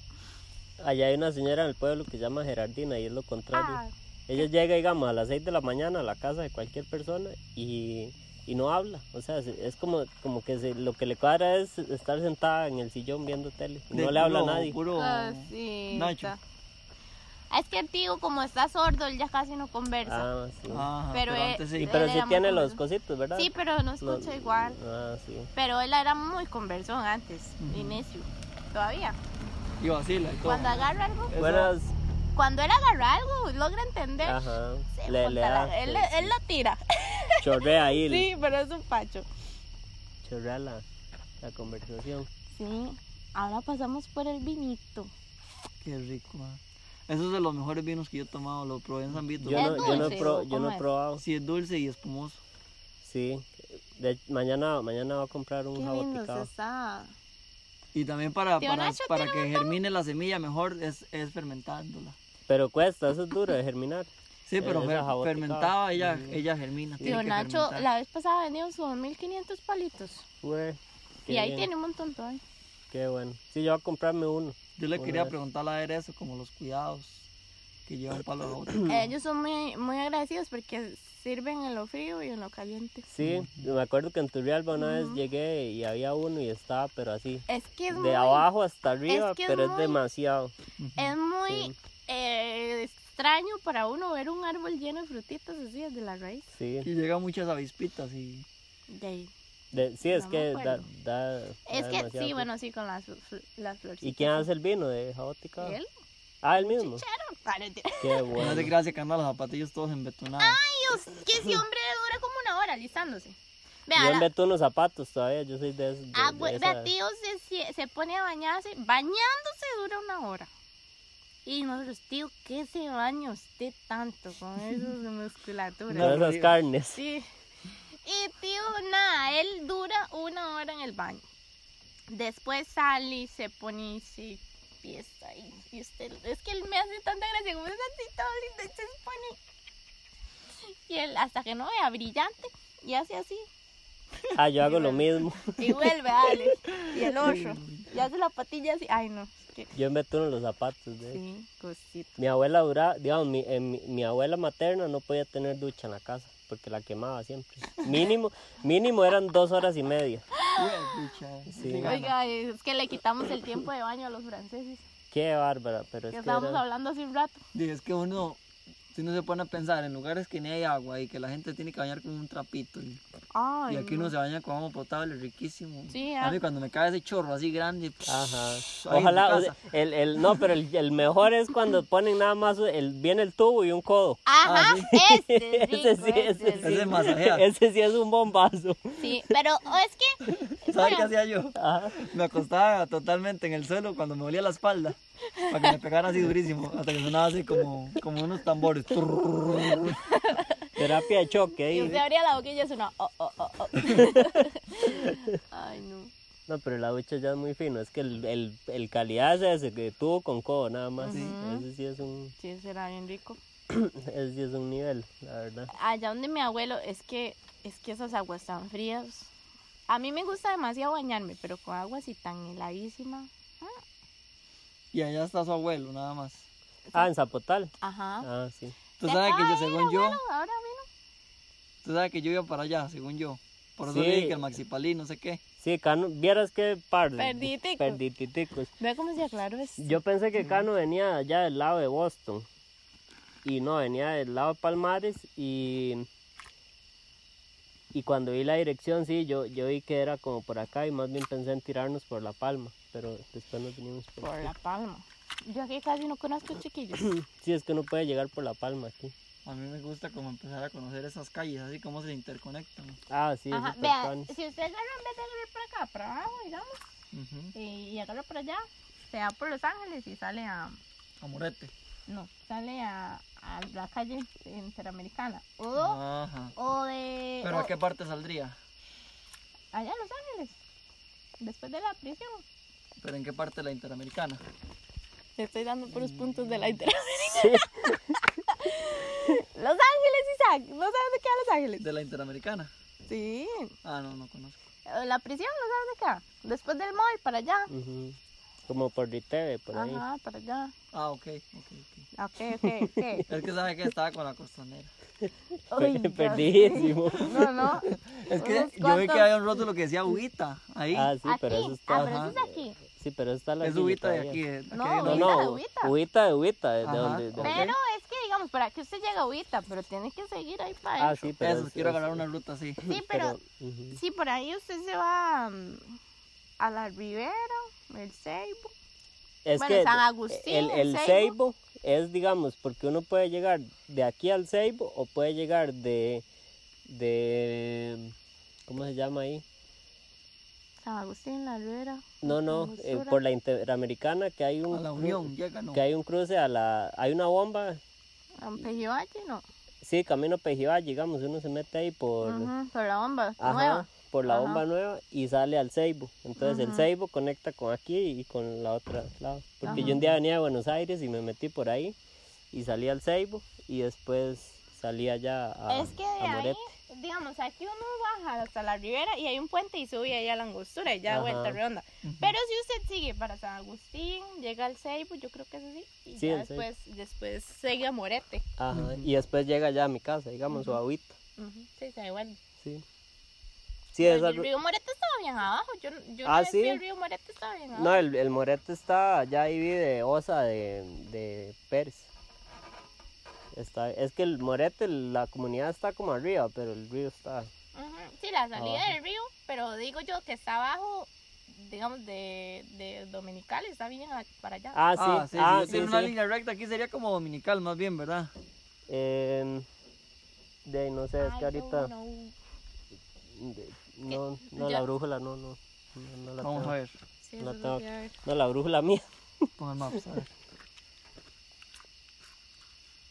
Speaker 1: Allá hay una señora en el pueblo que se llama Gerardina y es lo contrario.
Speaker 6: Ah,
Speaker 1: Ella llega, digamos, a las 6 de la mañana a la casa de cualquier persona y, y no habla. O sea, se- es como, como que se- lo que le cuadra es estar sentada en el sillón viendo tele. y
Speaker 3: de
Speaker 1: No le habla a
Speaker 3: puro-
Speaker 1: nadie.
Speaker 3: Puro...
Speaker 6: Ah, sí.
Speaker 3: Nacho.
Speaker 6: Es que el tío, como está sordo, él ya casi no conversa.
Speaker 1: Ah, sí.
Speaker 3: Ajá,
Speaker 6: Pero,
Speaker 3: pero
Speaker 6: eh,
Speaker 3: antes
Speaker 1: Y
Speaker 3: sí.
Speaker 1: pero
Speaker 6: él
Speaker 1: sí
Speaker 6: era muy
Speaker 1: tiene los
Speaker 6: conversador.
Speaker 1: cositos, ¿verdad?
Speaker 6: Sí, pero no
Speaker 1: No-
Speaker 6: escucha igual.
Speaker 1: Ah, sí.
Speaker 6: Pero él era muy conversón antes,
Speaker 3: Ujú.
Speaker 6: Inesio. Todavía.
Speaker 3: Y vacila y todo.
Speaker 6: Cuando agarra algo,
Speaker 3: Eso-
Speaker 1: Buenas.
Speaker 6: cuando él agarra algo, logra entender.
Speaker 1: Ajá.
Speaker 6: se
Speaker 1: Le, le
Speaker 6: monta la-
Speaker 1: da.
Speaker 6: él,
Speaker 1: sí, sí.
Speaker 6: él la tira.
Speaker 1: Chorrea ahí.
Speaker 6: Sí, pero es un pacho.
Speaker 1: chorrea la, la conversación.
Speaker 6: Sí, ahora pasamos por el vinito.
Speaker 3: Qué rico, ma. Esos son los mejores vinos que yo he tomado. Lo probé en San Vito.
Speaker 1: Yo
Speaker 6: ¿Es
Speaker 1: no, yo no, he
Speaker 6: dulce
Speaker 1: pro-
Speaker 6: o
Speaker 1: yo
Speaker 6: cómo
Speaker 1: no he
Speaker 6: es?
Speaker 1: probado.
Speaker 3: Sí, es dulce y espumoso.
Speaker 1: Sí. De- mañana, mañana voy a comprar un
Speaker 6: Qué
Speaker 1: jabón
Speaker 6: lindo
Speaker 1: picado.
Speaker 6: se está.
Speaker 3: Y también para,
Speaker 6: Tío
Speaker 3: para,
Speaker 6: Nacho
Speaker 3: para que germine la semilla mejor es, es fermentándola.
Speaker 1: Pero cuesta, eso es duro de germinar.
Speaker 3: Sí, pero
Speaker 1: esa
Speaker 3: fer-
Speaker 1: jabotica.
Speaker 3: fermentada ella, ella germina. tiene
Speaker 6: Tío
Speaker 3: que
Speaker 6: Nacho,
Speaker 3: fermentar.
Speaker 6: la vez pasada vendió sus 1500 palitos.
Speaker 1: Güey, qué
Speaker 6: Y ahí
Speaker 1: bien,
Speaker 6: tiene un montón todavía.
Speaker 1: Qué bueno. Sí, yo voy a comprarme uno.
Speaker 3: Yo le
Speaker 1: Una
Speaker 3: quería
Speaker 1: vez.
Speaker 3: preguntar a él eso, como los cuidados que llevan para los
Speaker 1: Mm.
Speaker 3: otros.
Speaker 6: Eh, Ellos son muy, muy agradecidos porque sirven en lo frío y en lo caliente.
Speaker 1: Sí, me acuerdo que en Turrialba una vez llegué y había uno y estaba, pero así.
Speaker 6: Es que es
Speaker 1: De
Speaker 6: muy,
Speaker 1: abajo hasta arriba,
Speaker 6: que es
Speaker 1: pero es
Speaker 6: muy-
Speaker 1: demasiado.
Speaker 6: es muy
Speaker 1: Sí.
Speaker 6: eh, extraño para uno ver un árbol lleno de frutitas así desde la raíz.
Speaker 1: Sí,
Speaker 3: Y llegan muchas avispitas y
Speaker 6: De ahí.
Speaker 1: De- sí es
Speaker 6: No me
Speaker 1: que da,
Speaker 6: acuerdo.
Speaker 1: da- da
Speaker 6: Es que
Speaker 1: demasiado
Speaker 6: sí,
Speaker 1: fru-
Speaker 6: bueno, sí, con las, fl- las florcitas.
Speaker 1: ¿Y quién hace el vino de jabotica?
Speaker 6: ¿Él?
Speaker 1: Ah, el mismo. Qué
Speaker 3: No
Speaker 1: bueno.
Speaker 3: te creas, se cambian los zapatillos todos embetonados.
Speaker 4: Dios, que ese hombre dura como una hora listándose.
Speaker 1: Yo
Speaker 4: Vea, la-
Speaker 1: inventé unos zapatos todavía, yo soy de, es- de,
Speaker 4: ah,
Speaker 1: de
Speaker 4: güey,
Speaker 1: esa-
Speaker 4: vea, tío se, sie- se pone a bañarse. Bañándose dura una hora. Y nosotros, tío, ¿qué se baña usted tanto con esas musculaturas?
Speaker 1: de esas carnes.
Speaker 4: Sí. Y tío, nada, él dura una hora en el baño. Después sale y se pone y se fiesta. Y, y usted, es que él me hace tanta gracia, como es así todo lindo y se pone. Y él, hasta que no vea brillante, y hace así.
Speaker 1: Ah, yo hago lo mismo.
Speaker 4: Y vuelve, dale. Y el otro. Y hace la patilla así. Ay, no. es que-
Speaker 1: Yo inventé unos los zapatos de
Speaker 4: Sí, cosita.
Speaker 1: Mi abuela duraba, digamos, mi, eh, mi, mi abuela materna no podía tener ducha en la casa porque la quemaba siempre. Mínimo, mínimo eran dos horas y media. Sí.
Speaker 4: Oiga, es que le quitamos el tiempo de baño a los franceses.
Speaker 1: Qué bárbara, pero es
Speaker 4: Que
Speaker 1: que
Speaker 4: estábamos
Speaker 1: era-
Speaker 4: hablando hace un rato.
Speaker 3: Dije, es que uno, si uno se pone a pensar en lugares que ni hay agua y que la gente tiene que bañar con un trapito. Y,
Speaker 4: Ay,
Speaker 3: y aquí uno se baña con agua potable, riquísimo.
Speaker 4: Sí,
Speaker 3: a
Speaker 4: ah.
Speaker 3: mí cuando me cae ese chorro así grande,
Speaker 1: Ajá.
Speaker 3: ahí en tu
Speaker 1: Ojalá, o
Speaker 3: casa.
Speaker 1: sea, el, el, no, pero el, el mejor es cuando ponen nada más, el, viene el tubo y un codo.
Speaker 3: Ah,
Speaker 4: Ajá,
Speaker 3: sí.
Speaker 4: este es rico,
Speaker 1: ese sí,
Speaker 4: este
Speaker 1: ese
Speaker 4: es
Speaker 1: sí.
Speaker 3: Ese masajea.
Speaker 1: Ese sí es un bombazo.
Speaker 4: Sí, pero o es que
Speaker 3: ¿Sabes
Speaker 4: bueno,
Speaker 3: qué hacía yo?
Speaker 1: Ajá.
Speaker 3: Me acostaba totalmente en el suelo cuando me dolía la espalda, para que me pegara así durísimo, hasta que sonaba así como, como unos tambores.
Speaker 1: Terapia de choque.
Speaker 4: y
Speaker 1: ahí.
Speaker 4: usted abría la boquilla y sonaba oh, oh, oh, oh. Ay, no.
Speaker 1: No, pero la ducha ya es muy fino. Es que el, el, el calidad es ese que tuvo con codo nada más. Ese sí es un,
Speaker 4: Sí, será bien rico.
Speaker 1: ese sí es un nivel, la verdad.
Speaker 4: Allá donde mi abuelo, es que es que esas aguas tan frías. A mí me gusta demasiado bañarme, pero con agua así tan heladísima.
Speaker 3: Y allá está su abuelo, nada más.
Speaker 1: Ah, en Zapotal.
Speaker 4: Ajá.
Speaker 1: Ah, sí.
Speaker 3: Tú
Speaker 4: Se
Speaker 3: sabes que yo,
Speaker 4: acaba de ir,
Speaker 3: según yo,
Speaker 4: abuelo, Ahora vino.
Speaker 3: tú sabes que yo iba para allá, según yo. Por eso
Speaker 1: Sí.
Speaker 3: le dije que el maxipalí, no sé qué.
Speaker 1: Sí, Cano, vieras que parle.
Speaker 4: Perditicos.
Speaker 1: Perditicos.
Speaker 4: Vea cómo se aclaró eso.
Speaker 1: Yo pensé que Cano venía allá del lado de Boston. Y no, venía del lado de Palmares y. Y cuando vi la dirección, sí, yo, yo vi que era como por acá y más bien pensé en tirarnos por La Palma, pero después nos vinimos por...
Speaker 4: Por la palma. Yo aquí casi no conozco chiquillos.
Speaker 1: Sí, es que uno puede llegar por La Palma aquí.
Speaker 3: A mí me gusta como empezar a conocer esas calles, así como se interconectan.
Speaker 1: Ah, sí,
Speaker 4: Ajá,
Speaker 1: es
Speaker 4: vea, si usted agarra en vez de venir por acá, para abajo, digamos,
Speaker 3: Ujú.
Speaker 4: y, y agarra por allá, se va por Los Ángeles y sale a,
Speaker 3: Amorete.
Speaker 4: no, sale a, a la calle interamericana. O,
Speaker 3: Ajá.
Speaker 4: o de,
Speaker 3: ¿Pero
Speaker 4: o-
Speaker 3: a qué parte saldría?
Speaker 4: allá en Los Ángeles, después de la prisión.
Speaker 3: ¿Pero en qué parte de la interamericana?
Speaker 4: Le estoy dando por los puntos de la interamericana. Los Ángeles, Isaac, ¿no sabes de qué a Los Ángeles?
Speaker 3: ¿De la interamericana?
Speaker 4: Sí,
Speaker 3: Ah, no, no conozco.
Speaker 4: eh, la prisión, ¿no sabes de qué? Después del mall, para allá.
Speaker 1: Ujú. Como por Riteve, por ahí.
Speaker 4: Ajá, para allá. Ah,
Speaker 3: Ah, ok, ok, ok.
Speaker 4: Ok, ok, ok.
Speaker 3: Es que sabe que estaba con la costanera.
Speaker 4: Uy, Dios.
Speaker 1: Perdidísimo.
Speaker 4: No, no.
Speaker 3: Es que
Speaker 4: Unos
Speaker 3: yo vi que
Speaker 4: cuantos.
Speaker 3: había un rótulo que decía agüita. Ahí.
Speaker 1: Ah, sí,
Speaker 4: aquí.
Speaker 1: pero eso
Speaker 4: ah,
Speaker 1: está...
Speaker 4: pero
Speaker 3: ajá.
Speaker 4: eso es aquí.
Speaker 1: Sí, pero eso está la
Speaker 3: es agüita de aquí. de-
Speaker 4: No,
Speaker 3: aquel-
Speaker 1: No,
Speaker 4: Ah, Ubita de
Speaker 1: no,
Speaker 4: Ubita.
Speaker 1: Ubita de Ubita, de, de
Speaker 3: Ajá,
Speaker 1: donde... de-
Speaker 3: ok.
Speaker 4: Pero es que, digamos, para que usted llegue ahorita, pero tiene que seguir ahí para
Speaker 1: Ah,
Speaker 4: eso.
Speaker 1: sí, pero...
Speaker 3: Eso,
Speaker 1: es-
Speaker 3: quiero
Speaker 1: es-
Speaker 3: agarrar una ruta así.
Speaker 4: Sí, pero,
Speaker 1: ujú.
Speaker 4: sí, por ahí usted se va mm, a la Rivera, el Seibo.
Speaker 1: Es
Speaker 4: Bueno,
Speaker 1: que
Speaker 4: San Agustín,
Speaker 1: el,
Speaker 4: el
Speaker 1: el
Speaker 4: Ceibo.
Speaker 1: Ceibo es, digamos, porque uno puede llegar de aquí al Ceibo o puede llegar de, de, ¿cómo se llama ahí?
Speaker 4: San Agustín, la Rivera.
Speaker 1: No, no, eh, por la Interamericana que hay
Speaker 3: A
Speaker 1: un,
Speaker 3: la
Speaker 1: cru-
Speaker 3: unión, llega, no.
Speaker 1: que hay un cruce a la, hay una bomba,
Speaker 4: San Pejivalle, no.
Speaker 1: sí, camino Pejival, digamos, uno se mete ahí por,
Speaker 4: Ujú, por la bomba
Speaker 1: ajá,
Speaker 4: nueva.
Speaker 1: por la
Speaker 4: Ajá.
Speaker 1: bomba nueva y sale al Ceibo. Entonces el Ceibo conecta con aquí y con la otra lado. Porque yo un día venía de Buenos Aires y me metí por ahí y salí al Ceibo y después salí allá a,
Speaker 4: es que de
Speaker 1: a
Speaker 4: ahí,
Speaker 1: Moret.
Speaker 4: digamos, aquí uno baja hasta la Rivera y hay un puente y sube ahí a la Angostura y ya
Speaker 1: Ajá.
Speaker 4: vuelta redonda. Pero si usted sigue para San Agustín, llega al Seibo, yo creo que es así, y
Speaker 1: Sí,
Speaker 4: ya
Speaker 1: el Seibo.
Speaker 4: después, después sigue a Morete.
Speaker 1: Ajá, Y después llega allá a mi casa, digamos, su abuita.
Speaker 4: Ujú, Sí, está igual.
Speaker 1: Sí, sí
Speaker 4: Pero
Speaker 1: esa
Speaker 4: el
Speaker 1: ru-
Speaker 4: río Morete estaba bien abajo. Yo, yo
Speaker 1: Ah,
Speaker 4: no
Speaker 1: ¿sí?
Speaker 4: el río Morete estaba bien abajo.
Speaker 1: No, el, el Moret está allá ahí de Osa de, de Pérez. Está, es que el Morete, la comunidad está como arriba, pero el río está... Ah,
Speaker 4: Ujú, Sí, la salida del río, pero digo yo que está abajo
Speaker 6: digamos, de, de Dominical, está bien a- para allá.
Speaker 1: Ah, sí, ah, sí,
Speaker 3: sí, tiene una línea recta aquí sería como dominical más bien, ¿verdad?
Speaker 1: Em, de ahí no sé, es que
Speaker 6: Ay, yo
Speaker 1: ahorita
Speaker 6: no-
Speaker 1: de- no, no,
Speaker 6: Ya.
Speaker 1: la brújula no, no, no, no la
Speaker 3: Vamos
Speaker 1: tengo.
Speaker 3: a ver.
Speaker 6: sí,
Speaker 1: No
Speaker 6: eso es
Speaker 1: tengo-
Speaker 6: lo que iba a ver.
Speaker 1: No, la brújula mía.
Speaker 3: Pon el maps, a ver.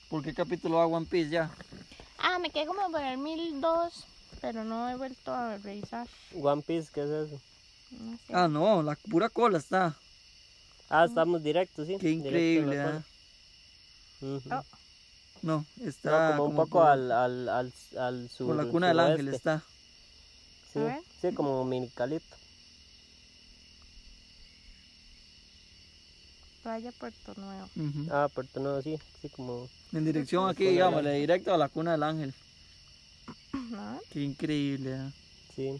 Speaker 3: ¿Por qué capítulo va One Piece ya?
Speaker 4: Ah, me quedé como por el 1002, pero no he vuelto a revisar.
Speaker 1: One Piece, ¿qué es eso?
Speaker 3: Ah, no, la pura cola está.
Speaker 6: Mm.
Speaker 1: Ah, estamos directos, sí.
Speaker 3: Qué
Speaker 1: directo en la
Speaker 3: increíble,
Speaker 1: cola.
Speaker 3: ¿ah?
Speaker 1: Ujú.
Speaker 6: Ah.
Speaker 3: No,
Speaker 1: No,
Speaker 3: está
Speaker 1: como un poco
Speaker 3: por-
Speaker 1: al, al, al, al sur.
Speaker 3: por la cuna del ángel este.
Speaker 1: suroeste.
Speaker 3: está.
Speaker 1: Sí, sí, como dominicalito.
Speaker 4: Playa Puerto Nuevo.
Speaker 3: Ujú.
Speaker 1: Ah, Puerto Nuevo, sí, sí, como...
Speaker 3: En dirección aquí, digamos, directo a la cuna del ángel. Qué increíble. ¿ah?
Speaker 1: Sí,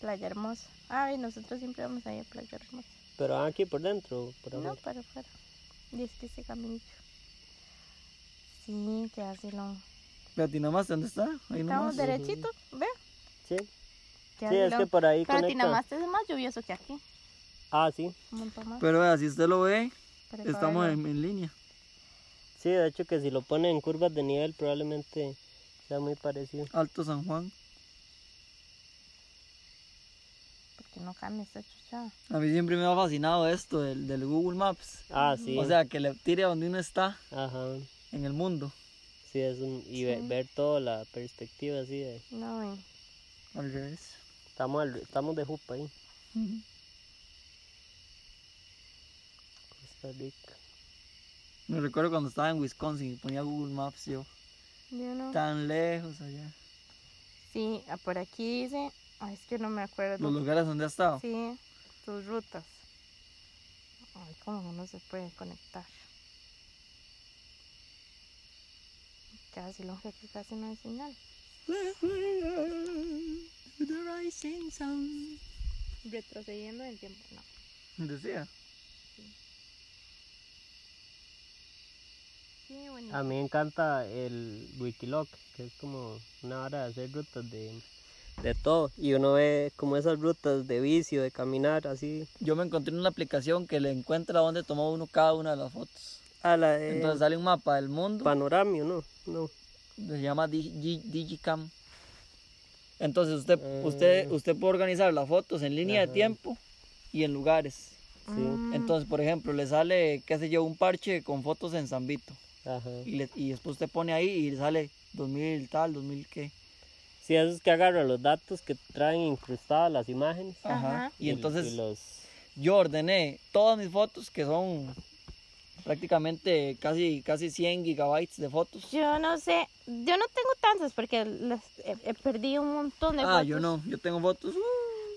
Speaker 4: Playa Hermosa. Ay, nosotros siempre vamos ahí a Playa Hermosa.
Speaker 1: pero aquí por dentro, por
Speaker 4: No,
Speaker 1: afuera.
Speaker 4: para afuera. Y es que ese caminito. Sí, te hace lo.
Speaker 3: Espérate, ¿y nomás dónde está? Ahí nomás.
Speaker 4: Estamos derechito, ve.
Speaker 1: Sí,
Speaker 4: Te
Speaker 1: sí,
Speaker 4: hace
Speaker 1: es
Speaker 4: lo-
Speaker 1: que por ahí
Speaker 4: Pero
Speaker 1: conecta.
Speaker 4: Tinamasta es más lluvioso que aquí.
Speaker 1: Ah, sí,
Speaker 4: Un montón más.
Speaker 3: Pero vea, si usted lo ve,
Speaker 4: Pero
Speaker 3: estamos en, en línea.
Speaker 1: sí, de hecho que si lo pone en curvas de nivel probablemente sea muy parecido.
Speaker 3: Alto San Juan.
Speaker 4: Porque no cambia esta chucha.
Speaker 3: A mí siempre me ha fascinado esto del, del Google Maps.
Speaker 1: Ah, sí,
Speaker 3: O sea, que le tire a donde uno está
Speaker 1: ajá,
Speaker 3: en el mundo,
Speaker 1: sí, es un... Y ve- ver toda la perspectiva así de...
Speaker 4: No, ve.
Speaker 3: al revés.
Speaker 1: Estamos, al- estamos de jupa ahí. Costa Rica.
Speaker 3: Me recuerdo cuando estaba en Wisconsin y ponía Google Maps yo.
Speaker 4: Yo no.
Speaker 3: Tan lejos allá.
Speaker 4: Sí, ah, por aquí dice. Ay, es que no me acuerdo.
Speaker 3: Los lugares donde ha estado.
Speaker 4: Sí, tus rutas. Ay, cómo uno se puede conectar. Casi lo que casi no hay señal.
Speaker 3: The rising sun.
Speaker 6: Retrocediendo en el tiempo, no.
Speaker 3: Decía.
Speaker 4: Sí, bueno.
Speaker 1: A mí me encanta el Wikiloc, que es como una hora de hacer rutas de, de todo. Y uno ve como esas rutas de vicio, de caminar, así.
Speaker 3: Yo me encontré en una aplicación que le encuentra dónde tomó uno cada una de las fotos.
Speaker 1: A la de
Speaker 3: Entonces sale un mapa del mundo.
Speaker 1: panoramio, ¿no? No.
Speaker 3: Se llama Digi- Gi- Digicam. Entonces usted, usted, usted puede organizar las fotos en línea de tiempo y en lugares.
Speaker 1: Sí.
Speaker 3: Entonces, por ejemplo, le sale, qué sé yo, un parche con fotos en Zambito.
Speaker 1: Ajá.
Speaker 3: Y, le- y después usted pone ahí y le sale 2000 tal, 2000 qué.
Speaker 1: Sí, eso es que agarran los datos que traen incrustadas las imágenes.
Speaker 3: Ajá. Y entonces
Speaker 1: y los...
Speaker 3: yo ordené todas mis fotos, que son prácticamente casi, casi 100 gigabytes de fotos.
Speaker 4: Yo no sé, yo no tengo tantas porque las he, he perdido un montón de
Speaker 3: Ah,
Speaker 4: fotos.
Speaker 3: yo no, yo tengo fotos. uh,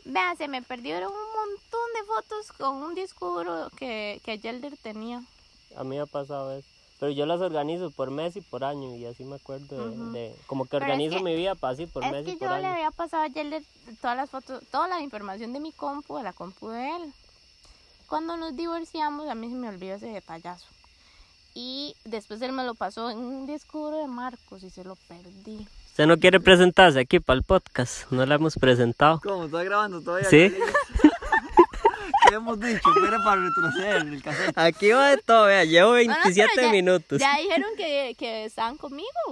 Speaker 4: Vean, se me perdieron un montón de fotos con un disco duro que, que Yelder tenía.
Speaker 1: A mí me ha pasado eso. Pero yo las organizo por mes y por año, y así me acuerdo de... de- como que
Speaker 4: Pero es
Speaker 1: organizo
Speaker 4: que-
Speaker 1: mi vida pa- así por
Speaker 4: es
Speaker 1: mes
Speaker 4: que
Speaker 1: y por
Speaker 4: yo le
Speaker 1: año.
Speaker 4: había pasado a Yelder todas las fotos, toda la información de mi compu, de la compu de él. Cuando nos divorciamos, a mí se me olvidó ese detallazo. Y después él me lo pasó en un disco duro de Marcos y se lo perdí.
Speaker 1: Usted no quiere presentarse aquí para el podcast, no la hemos presentado.
Speaker 3: ¿Cómo? ¿Está grabando todavía?
Speaker 1: Sí.
Speaker 3: ¿Qué hemos dicho? Espera para retroceder el cassette.
Speaker 1: Aquí va de todo, vea, llevo
Speaker 4: Bueno,
Speaker 1: 27
Speaker 4: Ah, pero ya-
Speaker 1: minutos.
Speaker 4: Ya dijeron que, que estaban conmigo.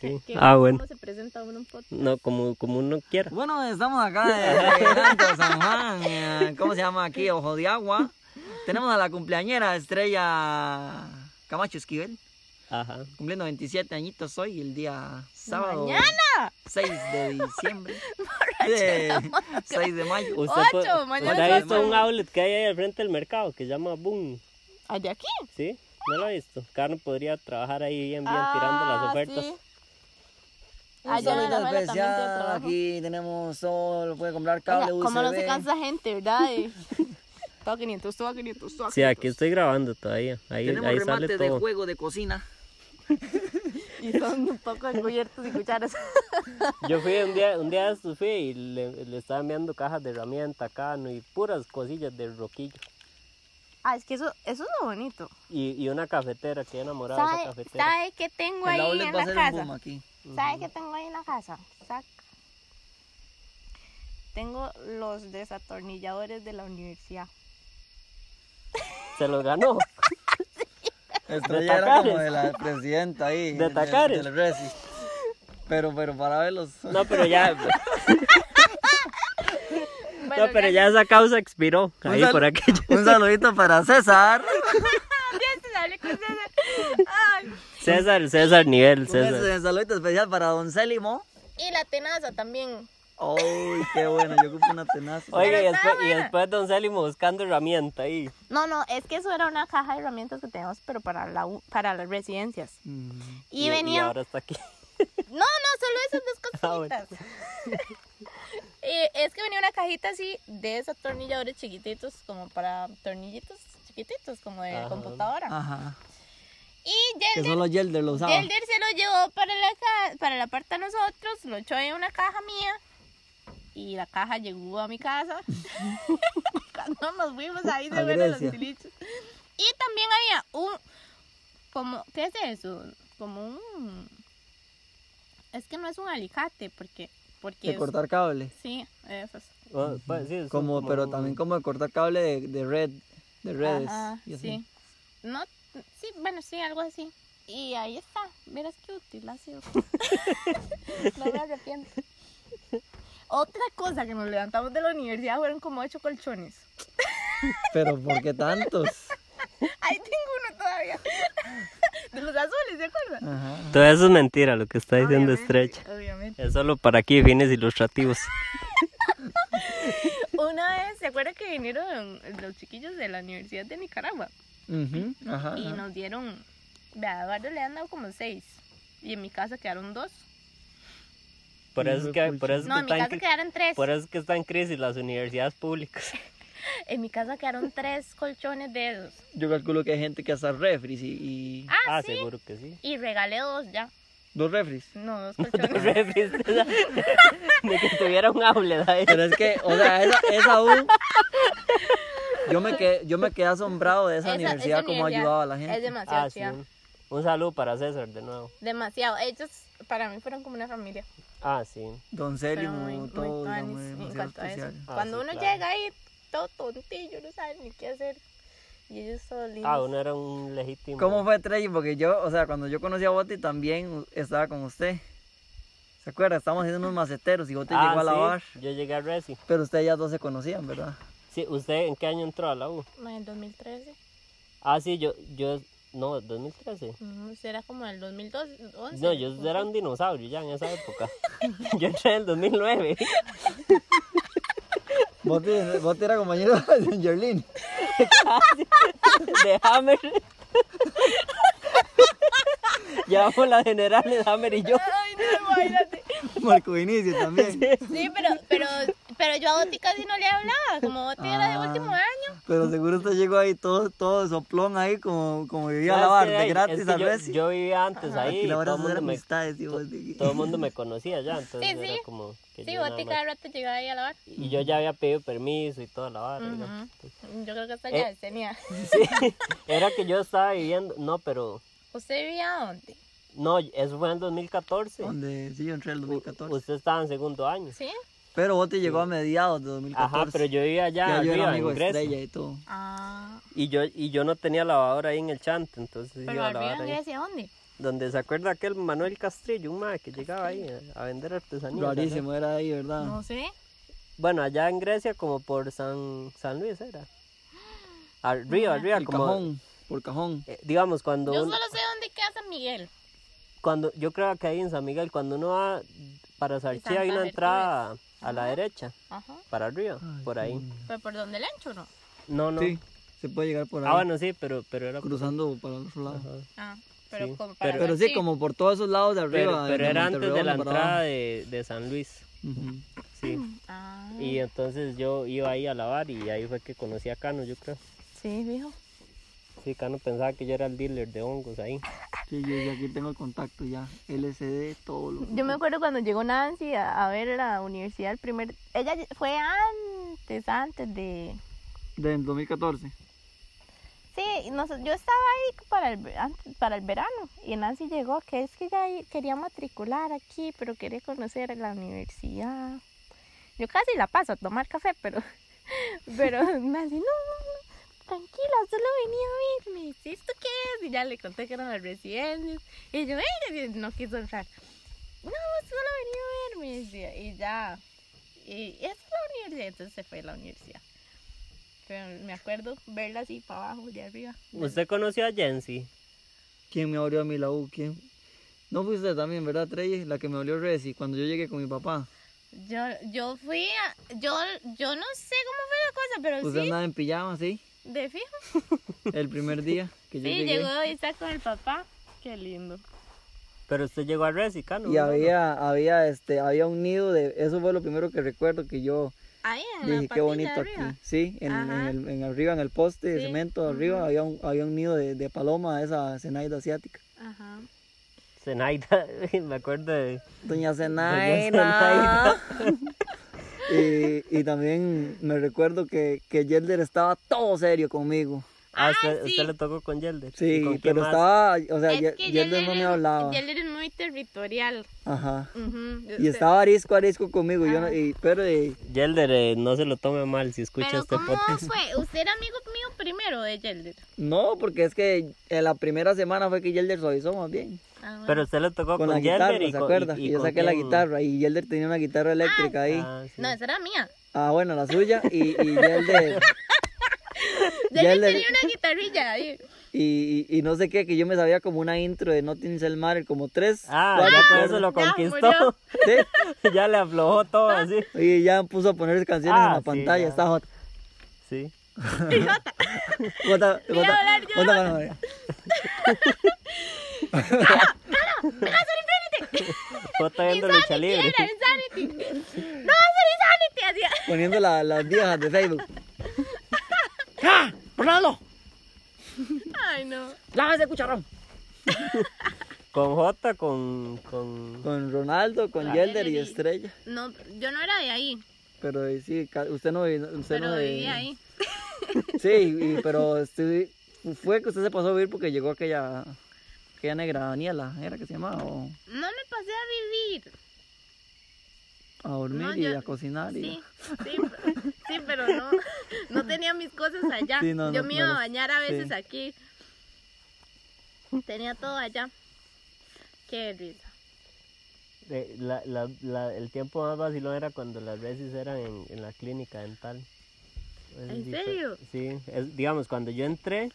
Speaker 1: Sí.
Speaker 4: Que
Speaker 1: Ah, bueno.
Speaker 4: ¿Cómo se presenta uno en un podcast?
Speaker 1: No, como, como uno quiera.
Speaker 3: Bueno, estamos acá de de Alto San Juan. eh, ¿Cómo se llama aquí? Ojo de agua. Tenemos a la cumpleañera estrella Camacho Esquivel.
Speaker 1: Ajá.
Speaker 3: Cumpliendo 27 añitos hoy, el día sábado. ¡Mañana! 6 de diciembre. De- 6 de mayo.
Speaker 1: Usted
Speaker 4: Ocho,
Speaker 1: puede-
Speaker 4: mañana
Speaker 1: usted ha
Speaker 3: es
Speaker 1: visto un outlet que hay ahí al frente del mercado que se llama Boom,
Speaker 4: ¿Allá aquí?
Speaker 1: ¿sí? ¿No lo ha visto? Carmen podría trabajar ahí bien, bien
Speaker 4: Ah,
Speaker 1: tirando las ofertas.
Speaker 4: sí.
Speaker 3: Un
Speaker 4: Allá en la
Speaker 3: saludo
Speaker 4: abuela también tiene
Speaker 3: especial.
Speaker 4: trabajo.
Speaker 3: Aquí tenemos sol, puede comprar
Speaker 4: Oiga,
Speaker 3: cable USB.
Speaker 4: ¿Cómo no se cansa la gente, verdad? De- Todo 500, todo 500, todo
Speaker 1: Sí, aquí estoy grabando todavía. Ahí,
Speaker 3: Tenemos
Speaker 1: ahí
Speaker 3: remate
Speaker 1: sale
Speaker 3: de
Speaker 1: todo.
Speaker 3: juego de cocina.
Speaker 4: Y son un poco de cubiertos y cucharas.
Speaker 1: Yo fui un día, un día de estos fui y le, le estaban enviando cajas de herramienta, cano y puras cosillas de roquillo.
Speaker 4: Ah, es que eso, eso es lo bonito.
Speaker 1: Y, y una cafetera, que enamorada de esa
Speaker 4: ¿Sabe,
Speaker 1: cafetera.
Speaker 4: ¿Sabe qué tengo
Speaker 3: El
Speaker 4: ahí
Speaker 3: outlet
Speaker 4: en
Speaker 3: va a
Speaker 4: la
Speaker 3: ser un boom
Speaker 4: casa?
Speaker 3: aquí.
Speaker 4: ¿Sabe qué tengo ahí en la casa? Sac. Tengo los desatornilladores de la universidad.
Speaker 1: Se los ganó.
Speaker 3: Estrella era
Speaker 1: Tacares.
Speaker 3: como de la presidenta ahí.
Speaker 1: De
Speaker 3: del-
Speaker 1: Tacares.
Speaker 3: del Resi. Pero, pero para verlos.
Speaker 1: No, pero ya.
Speaker 4: Bueno,
Speaker 1: no, pero ya esa causa expiró. Ahí
Speaker 3: sal-
Speaker 1: por aquello.
Speaker 3: Un saludito para César.
Speaker 1: César, César nivel, César.
Speaker 3: Un saludito especial para Don Célimo.
Speaker 4: Y la tenaza también.
Speaker 3: Uy, qué bueno, yo ocupo una tenaza.
Speaker 1: Oiga, y después, y después Don Célimo buscando herramienta ahí.
Speaker 4: No, no, es que eso era una caja de herramientas que teníamos, pero para, la, u- para las residencias. Y, venían...
Speaker 1: ahora está aquí.
Speaker 4: No, no, solo esas dos
Speaker 1: Ah, bueno.
Speaker 4: cositas. Eh, es que venía una cajita así de esos tornilladores chiquititos, como para tornillitos chiquititos, como de
Speaker 1: Ajá. Ah.
Speaker 4: computadora.
Speaker 3: Ajá.
Speaker 4: Y
Speaker 3: Que
Speaker 4: Yelder,
Speaker 3: solo Yelder lo usaba.
Speaker 4: Yelder E se lo llevó para la, ca- para la parte de nosotros, lo echó en una caja mía. Y la caja llegó a mi casa. Cuando nos fuimos ahí
Speaker 3: A
Speaker 4: se fueron los
Speaker 3: Grecia.
Speaker 4: tilichos. Y también había un. Como, ¿Qué es eso? Como un. Es que no es un alicate, porque. porque
Speaker 3: De
Speaker 4: es-
Speaker 3: cortar cable.
Speaker 4: Sí, eso es.
Speaker 1: Ah, pues, sí, es
Speaker 3: Como, pero
Speaker 1: un-
Speaker 3: también como de cortar cable de, de red, de redes.
Speaker 4: Ajá,
Speaker 3: y así.
Speaker 4: sí. No, sí, bueno, sí, algo así. Y ahí está. Verás qué útil ha sido. no me arrepiento. Otra cosa que nos levantamos de la universidad fueron como ocho colchones.
Speaker 3: Pero ¿por qué tantos?
Speaker 4: Ahí tengo uno todavía. De los azules, ¿se acuerdan?
Speaker 3: Ajá.
Speaker 1: Todo eso es mentira lo que está diciendo Estrecha.
Speaker 4: Obviamente.
Speaker 1: Es solo para aquí fines ilustrativos.
Speaker 4: Una vez, ¿se acuerdan que vinieron los chiquillos de la Universidad de Nicaragua?
Speaker 3: Ujú, ajá,
Speaker 4: Y
Speaker 3: ajá.
Speaker 4: nos dieron, vea, a Eduardo le han dado como seis. Y en mi casa quedaron dos.
Speaker 1: Por eso es que, por eso es
Speaker 4: No,
Speaker 1: que
Speaker 4: en mi
Speaker 1: está en
Speaker 4: casa
Speaker 1: cri-
Speaker 4: quedaron tres.
Speaker 1: por eso es que está en crisis las universidades públicas.
Speaker 4: En mi casa quedaron tres colchones de esos.
Speaker 3: Yo calculo que hay gente que hace refris y, y-
Speaker 4: Ah,
Speaker 1: Ah,
Speaker 4: sí.
Speaker 1: seguro que sí.
Speaker 4: Y regalé dos ya.
Speaker 3: dos refris.
Speaker 4: No, dos
Speaker 1: Te
Speaker 4: colchones.
Speaker 1: reviste esa- Ni que tuviera un outlet ahí.
Speaker 3: Pero es que, o sea, esa, esa U, yo me quedé, yo me quedé asombrado de esa,
Speaker 4: Esa-
Speaker 3: universidad,
Speaker 4: esa
Speaker 3: como
Speaker 4: universidad
Speaker 3: ayudaba a la
Speaker 4: Es
Speaker 3: gente.
Speaker 4: demasiado
Speaker 1: Ah, sí.
Speaker 4: chida.
Speaker 1: Un saludo para César de nuevo.
Speaker 4: Demasiado. Ellos para mí fueron como una familia.
Speaker 1: Ah, sí.
Speaker 3: Don
Speaker 4: Fueron
Speaker 3: Celio,
Speaker 4: muy, muy
Speaker 3: todo,
Speaker 4: tuanis
Speaker 3: digamos,
Speaker 4: en
Speaker 3: demasiado
Speaker 4: cuanto a eso.
Speaker 3: especial.
Speaker 1: Ah,
Speaker 4: Cuando
Speaker 1: sí,
Speaker 4: uno
Speaker 1: claro.
Speaker 4: llega ahí todo tontillo, no sabe ni qué hacer. Y ellos son lindos.
Speaker 1: Ah, uno era un legítimo.
Speaker 3: ¿Cómo fue Trey? Porque yo, o sea, cuando yo conocí a Boti también estaba con usted. ¿Se acuerda? Estábamos haciendo unos maceteros y Boti
Speaker 1: Ah,
Speaker 3: llegó a
Speaker 1: sí,
Speaker 3: lavar.
Speaker 1: Yo llegué a Resi.
Speaker 3: Pero ustedes ya dos se conocían, ¿verdad?
Speaker 1: Sí, ¿usted en qué año entró a la U?
Speaker 4: No, en el 2013.
Speaker 1: Ah, sí, yo, yo, no, 2013.
Speaker 4: Mm, Será como el 2011.
Speaker 1: No, yo era un dinosaurio ya en esa época. yo entré en el 2009.
Speaker 3: Boti, Boti era compañero de Jorlin.
Speaker 1: de Hammer. Llevamos la general de Hammer y yo.
Speaker 4: Ay, no, imagínate.
Speaker 3: Marco Vinicio también.
Speaker 4: Sí, pero, pero, pero yo a Boti casi no le hablaba. Como Boti era de
Speaker 3: Ah.
Speaker 4: último año.
Speaker 3: Pero seguro usted llegó ahí todo, todo soplón ahí como, como vivía a
Speaker 1: No, es
Speaker 3: lavar,
Speaker 1: que,
Speaker 3: de
Speaker 1: ay,
Speaker 3: gratis
Speaker 1: es que
Speaker 3: al
Speaker 1: yo-
Speaker 3: Messi.
Speaker 1: yo, vivía antes ahí.
Speaker 3: Aquí
Speaker 1: y
Speaker 3: la hora
Speaker 1: todo,
Speaker 3: de
Speaker 1: el
Speaker 3: hacer
Speaker 1: mundo me,
Speaker 3: amistades, digo, de-
Speaker 1: todo el mundo me conocía ya. Entonces
Speaker 4: Sí, sí.
Speaker 1: era como. que
Speaker 4: Sí,
Speaker 1: yo nada
Speaker 4: Boti
Speaker 1: más-
Speaker 4: cada rato llegaba ahí a lavar.
Speaker 1: Y yo ya había pedido permiso y toda la vara.
Speaker 4: Ujú.
Speaker 1: ya.
Speaker 4: Yo creo que hasta
Speaker 1: Eh.
Speaker 4: ya tenía.
Speaker 1: Sí, era que yo estaba viviendo. No, pero.
Speaker 4: ¿Usted vivía dónde?
Speaker 1: No, eso fue en 2014.
Speaker 3: Donde sí, yo entré en el 2014.
Speaker 1: Usted estaba en segundo año.
Speaker 4: ¿Sí?
Speaker 3: Pero Boti llegó a mediados de 2014.
Speaker 1: Ajá, pero yo vivía allá
Speaker 3: ya yo era
Speaker 1: arriba,
Speaker 3: amigo
Speaker 1: en
Speaker 3: de
Speaker 1: Grecia.
Speaker 3: Estrella y todo.
Speaker 4: Ah.
Speaker 1: Y yo, y yo no tenía lavadora ahí en el chante, entonces
Speaker 4: ¿Pero
Speaker 1: iba a
Speaker 4: arriba
Speaker 1: lavar
Speaker 4: en
Speaker 1: ahí.
Speaker 4: Grecia dónde?
Speaker 1: Donde se acuerda aquel Manuel Castrillo, un mae que llegaba ahí a, a vender artesanías.
Speaker 3: Rarísimo era ahí, ¿verdad?
Speaker 4: No sé.
Speaker 1: Bueno, allá en Grecia, como por San, San Luis era. Arriba, arriba,
Speaker 3: El
Speaker 1: como.
Speaker 3: cajón, por cajón.
Speaker 1: eh, digamos, cuando.
Speaker 4: Yo
Speaker 1: un-
Speaker 4: solo sé dónde queda San Miguel.
Speaker 1: cuando Yo creo que ahí en San Miguel, cuando uno va para Sarchía, hay una
Speaker 4: Santa Gertrudis.
Speaker 1: entrada a, la derecha,
Speaker 4: Ajá.
Speaker 1: para arriba, por ahí.
Speaker 4: ¿Pero por dónde el ancho no?
Speaker 1: No, no.
Speaker 3: Sí, se puede llegar por ahí,
Speaker 1: Ah, bueno, sí, pero, pero era.
Speaker 3: cruzando para el otro lado.
Speaker 4: Ah, pero
Speaker 1: Sí,
Speaker 4: como para.
Speaker 1: pero-
Speaker 3: Pero sí, como por todos esos lados de
Speaker 1: Pero,
Speaker 3: arriba.
Speaker 1: pero
Speaker 3: de
Speaker 1: era antes de
Speaker 3: Monterredondo
Speaker 1: la
Speaker 3: para abajo.
Speaker 1: entrada de, de San Luis.
Speaker 3: Ujú.
Speaker 1: Sí.
Speaker 4: Ah,
Speaker 1: Y entonces yo iba ahí a lavar y ahí fue que conocí a Cano, yo creo.
Speaker 4: sí, viejo.
Speaker 1: Sí, Cano pensaba que yo era el dealer de hongos ahí.
Speaker 3: Sí, yo ya aquí tengo el contacto ya. LCD, todo lo
Speaker 4: Yo me acuerdo cuando llegó Nancy a, a ver la universidad el primer. Ella ll- fue antes, antes de.
Speaker 3: Del 2014.
Speaker 4: Sí, nos- yo estaba ahí para el, ver- antes- para el verano y Nancy llegó, que es que ya i- quería matricular aquí, pero quería conocer la universidad.
Speaker 6: Yo casi la paso a tomar café, pero, pero me dice, no, no, no, tranquila, solo venía a ver, me dice, ¿esto qué es? Y ya le conté que eran las residencias. Y yo, "Ey", y no quiso entrar. No, solo venía a ver, me decía, y ya. Y esa es la universidad, entonces se fue a la universidad. Pero me acuerdo verla así para abajo, de arriba.
Speaker 1: ¿Usted conoció a Jensi?
Speaker 3: ¿Quién me abrió a mí la U? ¿Quién? No fue usted también, ¿verdad, Trey? La que me abrió Resi cuando yo llegué con mi papá.
Speaker 6: Yo, yo fui a, yo, yo no sé cómo fue la cosa, pero
Speaker 3: Usted
Speaker 6: sí,
Speaker 3: andaba en pijama, Pues, ¿sí?
Speaker 6: de fijo.
Speaker 3: El primer día que yo
Speaker 6: Sí,
Speaker 3: llegué.
Speaker 6: llegó y está con el papá. Qué lindo.
Speaker 1: Pero usted llegó a Resica, ¿no?
Speaker 3: Y había, había, este, había un nido de, eso fue lo primero que recuerdo que yo
Speaker 6: Ahí en
Speaker 3: dije
Speaker 6: la
Speaker 3: qué bonito
Speaker 6: de arriba.
Speaker 3: aquí. Sí, en, en
Speaker 6: Ajá.
Speaker 3: el, en arriba, en el poste de
Speaker 6: Sí,
Speaker 3: cemento arriba había un, había un nido de, de paloma, esa cenaida asiática.
Speaker 6: Ajá.
Speaker 1: Zenaida, me acuerdo de...
Speaker 3: Doña
Speaker 1: Zenaida.
Speaker 3: Zenaida. y, y también me recuerdo que, que Yelder estaba todo serio conmigo.
Speaker 1: Ah, usted, usted le tocó con Yelder. ¿Y
Speaker 3: Sí,
Speaker 1: con quién
Speaker 3: pero
Speaker 1: más?
Speaker 3: estaba, o sea, Ye-
Speaker 6: Es que
Speaker 3: Yelder no me hablaba.
Speaker 6: Yelder es muy territorial.
Speaker 3: Ajá.
Speaker 6: Ujú. Ah.
Speaker 3: Y estaba arisco, arisco conmigo, yo no- y, pero y-
Speaker 1: Yelder, eh, no se lo tome mal si escucha
Speaker 6: Pero
Speaker 1: este
Speaker 6: ¿cómo
Speaker 1: podcast.
Speaker 6: fue? ¿Usted era amigo mío primero de Yelder?
Speaker 3: no, porque es que en la primera semana fue que Yelder suavizó más bien.
Speaker 6: Ah, bueno.
Speaker 1: Pero usted le tocó
Speaker 3: Con
Speaker 1: con,
Speaker 3: la guitarra,
Speaker 1: Yelder y
Speaker 3: ¿se
Speaker 1: con...
Speaker 3: acuerda? Y, yo
Speaker 1: con
Speaker 3: saqué la
Speaker 1: quién?
Speaker 3: guitarra y Yelder tenía una guitarra eléctrica ahí.
Speaker 1: Ah, sí.
Speaker 6: No, esa era mía.
Speaker 3: Ah, bueno, la suya y, y Yelder.
Speaker 6: Yelder
Speaker 3: Yelder-
Speaker 6: tenía una guitarrilla ahí.
Speaker 3: y, y, y no sé qué, que yo me sabía como una intro de Nothing el Matter, como tres.
Speaker 1: Ah,
Speaker 3: cuatro
Speaker 1: ya con
Speaker 3: acordes.
Speaker 1: eso lo
Speaker 6: murió.
Speaker 1: conquistó.
Speaker 3: Sí.
Speaker 1: ya le aflojó todo así.
Speaker 3: Y ya puso a poner canciones
Speaker 1: Ah,
Speaker 3: en la
Speaker 1: sí,
Speaker 3: pantalla,
Speaker 1: ya.
Speaker 3: está hot.
Speaker 1: Sí.
Speaker 3: Jota,
Speaker 6: Voy a
Speaker 3: Jota,
Speaker 6: hablar yo.
Speaker 3: Jota, Jota, Jota.
Speaker 1: Jota viendo lucha libre.
Speaker 6: Era Insanity. No, soy Insanity. Hacía.
Speaker 3: poniendo la- las viejas de Facebook.
Speaker 6: Ay, no.
Speaker 1: Con Jota, con, con...
Speaker 3: Con Ronaldo, con Yelder y Estrella.
Speaker 6: No, yo no era de ahí,
Speaker 3: Pero eh, sí, ca- usted no, vi- usted
Speaker 6: pero
Speaker 3: no
Speaker 6: vivía ahí.
Speaker 3: Sí, y- pero estoy- fue que usted se pasó a vivir porque llegó aquella, aquella negra Daniela, era que se llamaba, o-
Speaker 6: No me pasé a vivir.
Speaker 3: a dormir
Speaker 6: No,
Speaker 3: y
Speaker 6: yo-
Speaker 3: a cocinar. Y,
Speaker 6: Sí, sí, p- sí, pero no, no tenía mis cosas allá.
Speaker 3: Sí, no,
Speaker 6: Yo
Speaker 3: no,
Speaker 6: me iba
Speaker 3: no
Speaker 6: a
Speaker 3: las-
Speaker 6: bañar a veces
Speaker 3: sí.
Speaker 6: aquí. Tenía todo allá. Qué risa.
Speaker 1: eh, la- la- la- el tiempo más vacilón era cuando las resis eran en, en la clínica dental. Es
Speaker 6: ¿En
Speaker 1: dife-
Speaker 6: serio?
Speaker 1: Sí, es- digamos, cuando yo entré,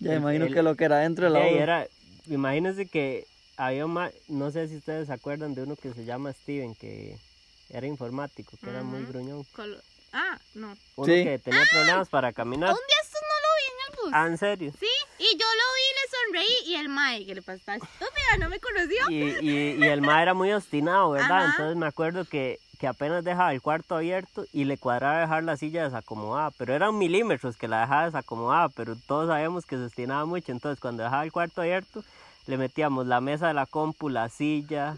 Speaker 3: Ya me imagino
Speaker 1: el-
Speaker 3: que lo que era dentro de la
Speaker 1: ey,
Speaker 3: U.
Speaker 1: era, imagínense que había un ma- no sé si ustedes se acuerdan de uno que se llama Steven, que era informático, que era muy gruñón.
Speaker 6: Colo- Ah, no. Un
Speaker 1: Uno
Speaker 3: Sí.
Speaker 1: que tenía problemas para caminar.
Speaker 6: día esto no lo vi en el bus.
Speaker 1: Ah, en serio.
Speaker 6: Sí, y yo lo vi, le sonreí y el mae que le pasó estúpida, no me conoció.
Speaker 1: Y, y- y el ma era muy obstinado, ¿verdad?
Speaker 6: Ajá.
Speaker 1: Entonces me acuerdo que, que apenas dejaba el cuarto abierto y le cuadraba dejar la silla desacomodada, pero eran milímetros que la dejaba desacomodada, pero todos sabemos que se obstinaba mucho, entonces cuando dejaba el cuarto abierto le metíamos la mesa de la compu, la silla,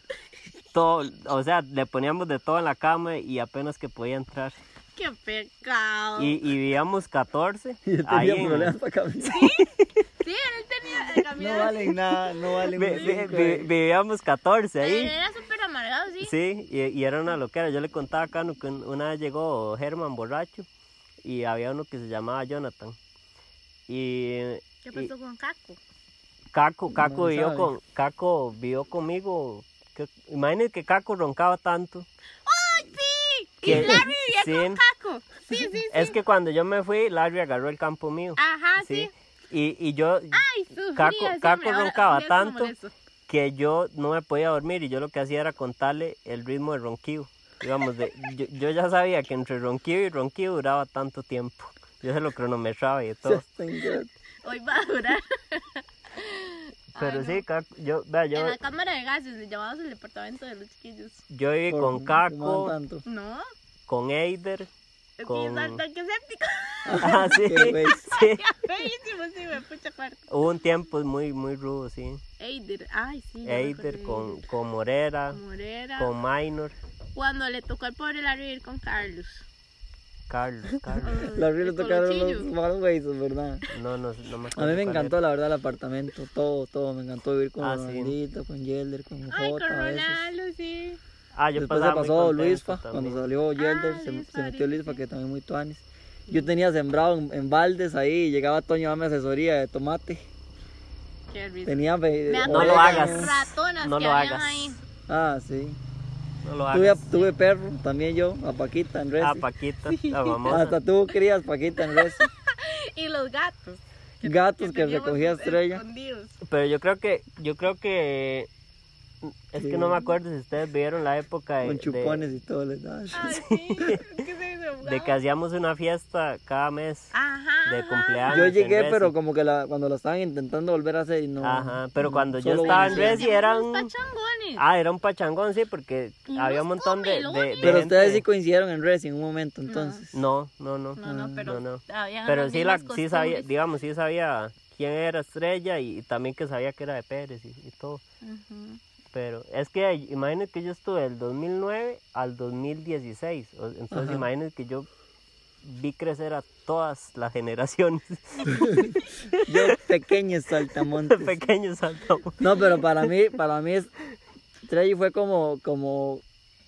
Speaker 1: todo, o sea, le poníamos de todo en la cama y apenas que podía entrar.
Speaker 6: Qué pecado.
Speaker 1: Y, y vivíamos 14.
Speaker 3: Y él
Speaker 1: ahí
Speaker 3: tenía
Speaker 1: en-
Speaker 3: problemas para caminar.
Speaker 6: Sí, él tenía el
Speaker 3: No
Speaker 6: camión.
Speaker 3: valen nada, no valen
Speaker 1: vi- vi-
Speaker 3: un cinco,
Speaker 1: vi- vivíamos 14 ahí.
Speaker 6: Pero era súper amargado, sí.
Speaker 1: Sí, y, y era una loquera. Yo le contaba a Cano que un- una vez llegó Germán borracho y había uno que se llamaba Jonathan. Y
Speaker 6: ¿Qué pasó con Caco?
Speaker 1: Caco, Caco
Speaker 3: No
Speaker 1: vivió
Speaker 3: sabe.
Speaker 1: con Caco vivió conmigo. que- imagínense que Caco roncaba tanto.
Speaker 6: Sí, y
Speaker 1: que-
Speaker 6: Larry vivía
Speaker 1: sí,
Speaker 6: con Caco. Sí, sí, sí.
Speaker 1: Es que cuando yo me fui, Larry agarró el campo mío.
Speaker 6: Ajá, Ah, sí. Ah,
Speaker 1: sí. Y, y yo,
Speaker 6: Ay, sufría,
Speaker 1: Caco-
Speaker 6: sí,
Speaker 1: Caco
Speaker 6: hombre, ahora-
Speaker 1: roncaba
Speaker 6: ahora como
Speaker 1: tanto.
Speaker 6: molesto.
Speaker 1: que yo no me podía dormir y yo lo que hacía era contarle el ritmo de ronquido. Digamos, de, yo, yo ya sabía que entre ronquido y ronquido duraba tanto tiempo. Yo se lo cronometraba y de todo.
Speaker 3: Justin,
Speaker 6: Hoy va a durar.
Speaker 1: Pero sí, Caco, yo, vea, yo,
Speaker 6: En la cámara de gases le llamamos el departamento de los chiquillos.
Speaker 1: yo viví
Speaker 3: por-
Speaker 1: con
Speaker 3: fumaban
Speaker 1: Caco,
Speaker 3: tanto.
Speaker 6: No,
Speaker 1: con Eider,
Speaker 6: es que
Speaker 1: Con-
Speaker 6: es tan tanque séptico.
Speaker 1: ah, sí,
Speaker 3: Qué güey.
Speaker 1: sí.
Speaker 6: Feísimo, sí, me pucha parte.
Speaker 1: Hubo un tiempo muy, muy rudo, sí.
Speaker 6: Eider, ay, sí. ya me
Speaker 1: Eider
Speaker 6: acordé.
Speaker 1: con, con Morera,
Speaker 6: Morera.
Speaker 1: con Minor,
Speaker 6: Cuando le tocó al pobre Larry ir con Carlos.
Speaker 1: Carlos, Carlos.
Speaker 3: La Río le
Speaker 6: El
Speaker 3: tocaron los
Speaker 6: colochillo.
Speaker 3: malos huesos, ¿verdad?
Speaker 6: Ah.
Speaker 1: No, no, no me
Speaker 3: A
Speaker 1: acuerdo
Speaker 3: mí me
Speaker 1: cuál
Speaker 3: encantó, la verdad, el apartamento, todo, todo. Me encantó vivir con
Speaker 1: Ah, sí.
Speaker 3: Ronaldito, con Yelder, con
Speaker 6: Ay, con
Speaker 3: Jota, a veces.
Speaker 6: Ronaldo, sí.
Speaker 1: era. Ah, yo
Speaker 3: Después se
Speaker 1: pasaba muy
Speaker 3: pasó
Speaker 1: contento
Speaker 3: Luisfa,
Speaker 1: también.
Speaker 3: cuando salió Yelder, se, se metió Luisfa, que también muy tuanis. Yo tenía sembrado en, en baldes ahí, llegaba Toño a mi asesoría de tomate.
Speaker 6: Qué risa.
Speaker 3: Tenía ve-
Speaker 6: Me
Speaker 1: No
Speaker 6: acuerdo
Speaker 1: lo
Speaker 6: de
Speaker 1: hagas.
Speaker 6: las Ratonas
Speaker 1: No
Speaker 6: que
Speaker 1: lo
Speaker 6: habían
Speaker 1: hagas.
Speaker 6: ahí.
Speaker 3: Ah, sí.
Speaker 1: No lo
Speaker 3: Tuve,
Speaker 1: hagas.
Speaker 3: tuve perro, también yo, a Paquita en
Speaker 1: Ah,
Speaker 3: Resi.
Speaker 1: Paquita, la famosa.
Speaker 3: Hasta tú crías Paquita en Resi.
Speaker 6: Y los gatos.
Speaker 3: Gatos que
Speaker 6: teníamos
Speaker 3: recogía estrella.
Speaker 6: escondidos.
Speaker 1: Pero yo creo que, yo creo que es que no me acuerdo si ustedes vieron la época de,
Speaker 3: Con
Speaker 1: de,
Speaker 3: chupones y todo les daba.
Speaker 6: Ay, sí. es que se me
Speaker 1: de que hacíamos una fiesta cada mes
Speaker 6: Ajá.
Speaker 1: de cumpleaños.
Speaker 3: Yo
Speaker 1: en
Speaker 3: llegué,
Speaker 1: Resi.
Speaker 3: pero como que la, cuando lo estaban intentando volver a hacer y no.
Speaker 1: Ajá, pero cuando yo
Speaker 3: solo
Speaker 1: estaba en
Speaker 3: uno se-
Speaker 1: Resi era
Speaker 6: Unos
Speaker 1: un...
Speaker 6: pachangones.
Speaker 1: Ah, era un pachangón, sí, porque había un montón de... de- de
Speaker 3: Pero
Speaker 1: gente.
Speaker 3: ustedes sí coincidieron en Resi en un momento,
Speaker 6: Ah.
Speaker 3: entonces.
Speaker 1: No, no, no.
Speaker 6: No, no, pero.
Speaker 1: no, no.
Speaker 6: habían
Speaker 1: Pero
Speaker 6: las
Speaker 1: sí, la,
Speaker 6: mismas
Speaker 1: sí sabía,
Speaker 6: costumbres.
Speaker 1: digamos, sí sabía quién era Estrella y, y también que sabía que era de Pérez y, y todo.
Speaker 6: Ujú.
Speaker 1: Pero es que imagínense que yo estuve del 2009 al 2016. o- Entonces
Speaker 3: Ajá.
Speaker 1: imagínense que yo vi crecer a todas las generaciones
Speaker 3: Yo, pequeños saltamontes.
Speaker 1: pequeños saltamos.
Speaker 3: No, pero para mí, para mí es, Trelly fue como, como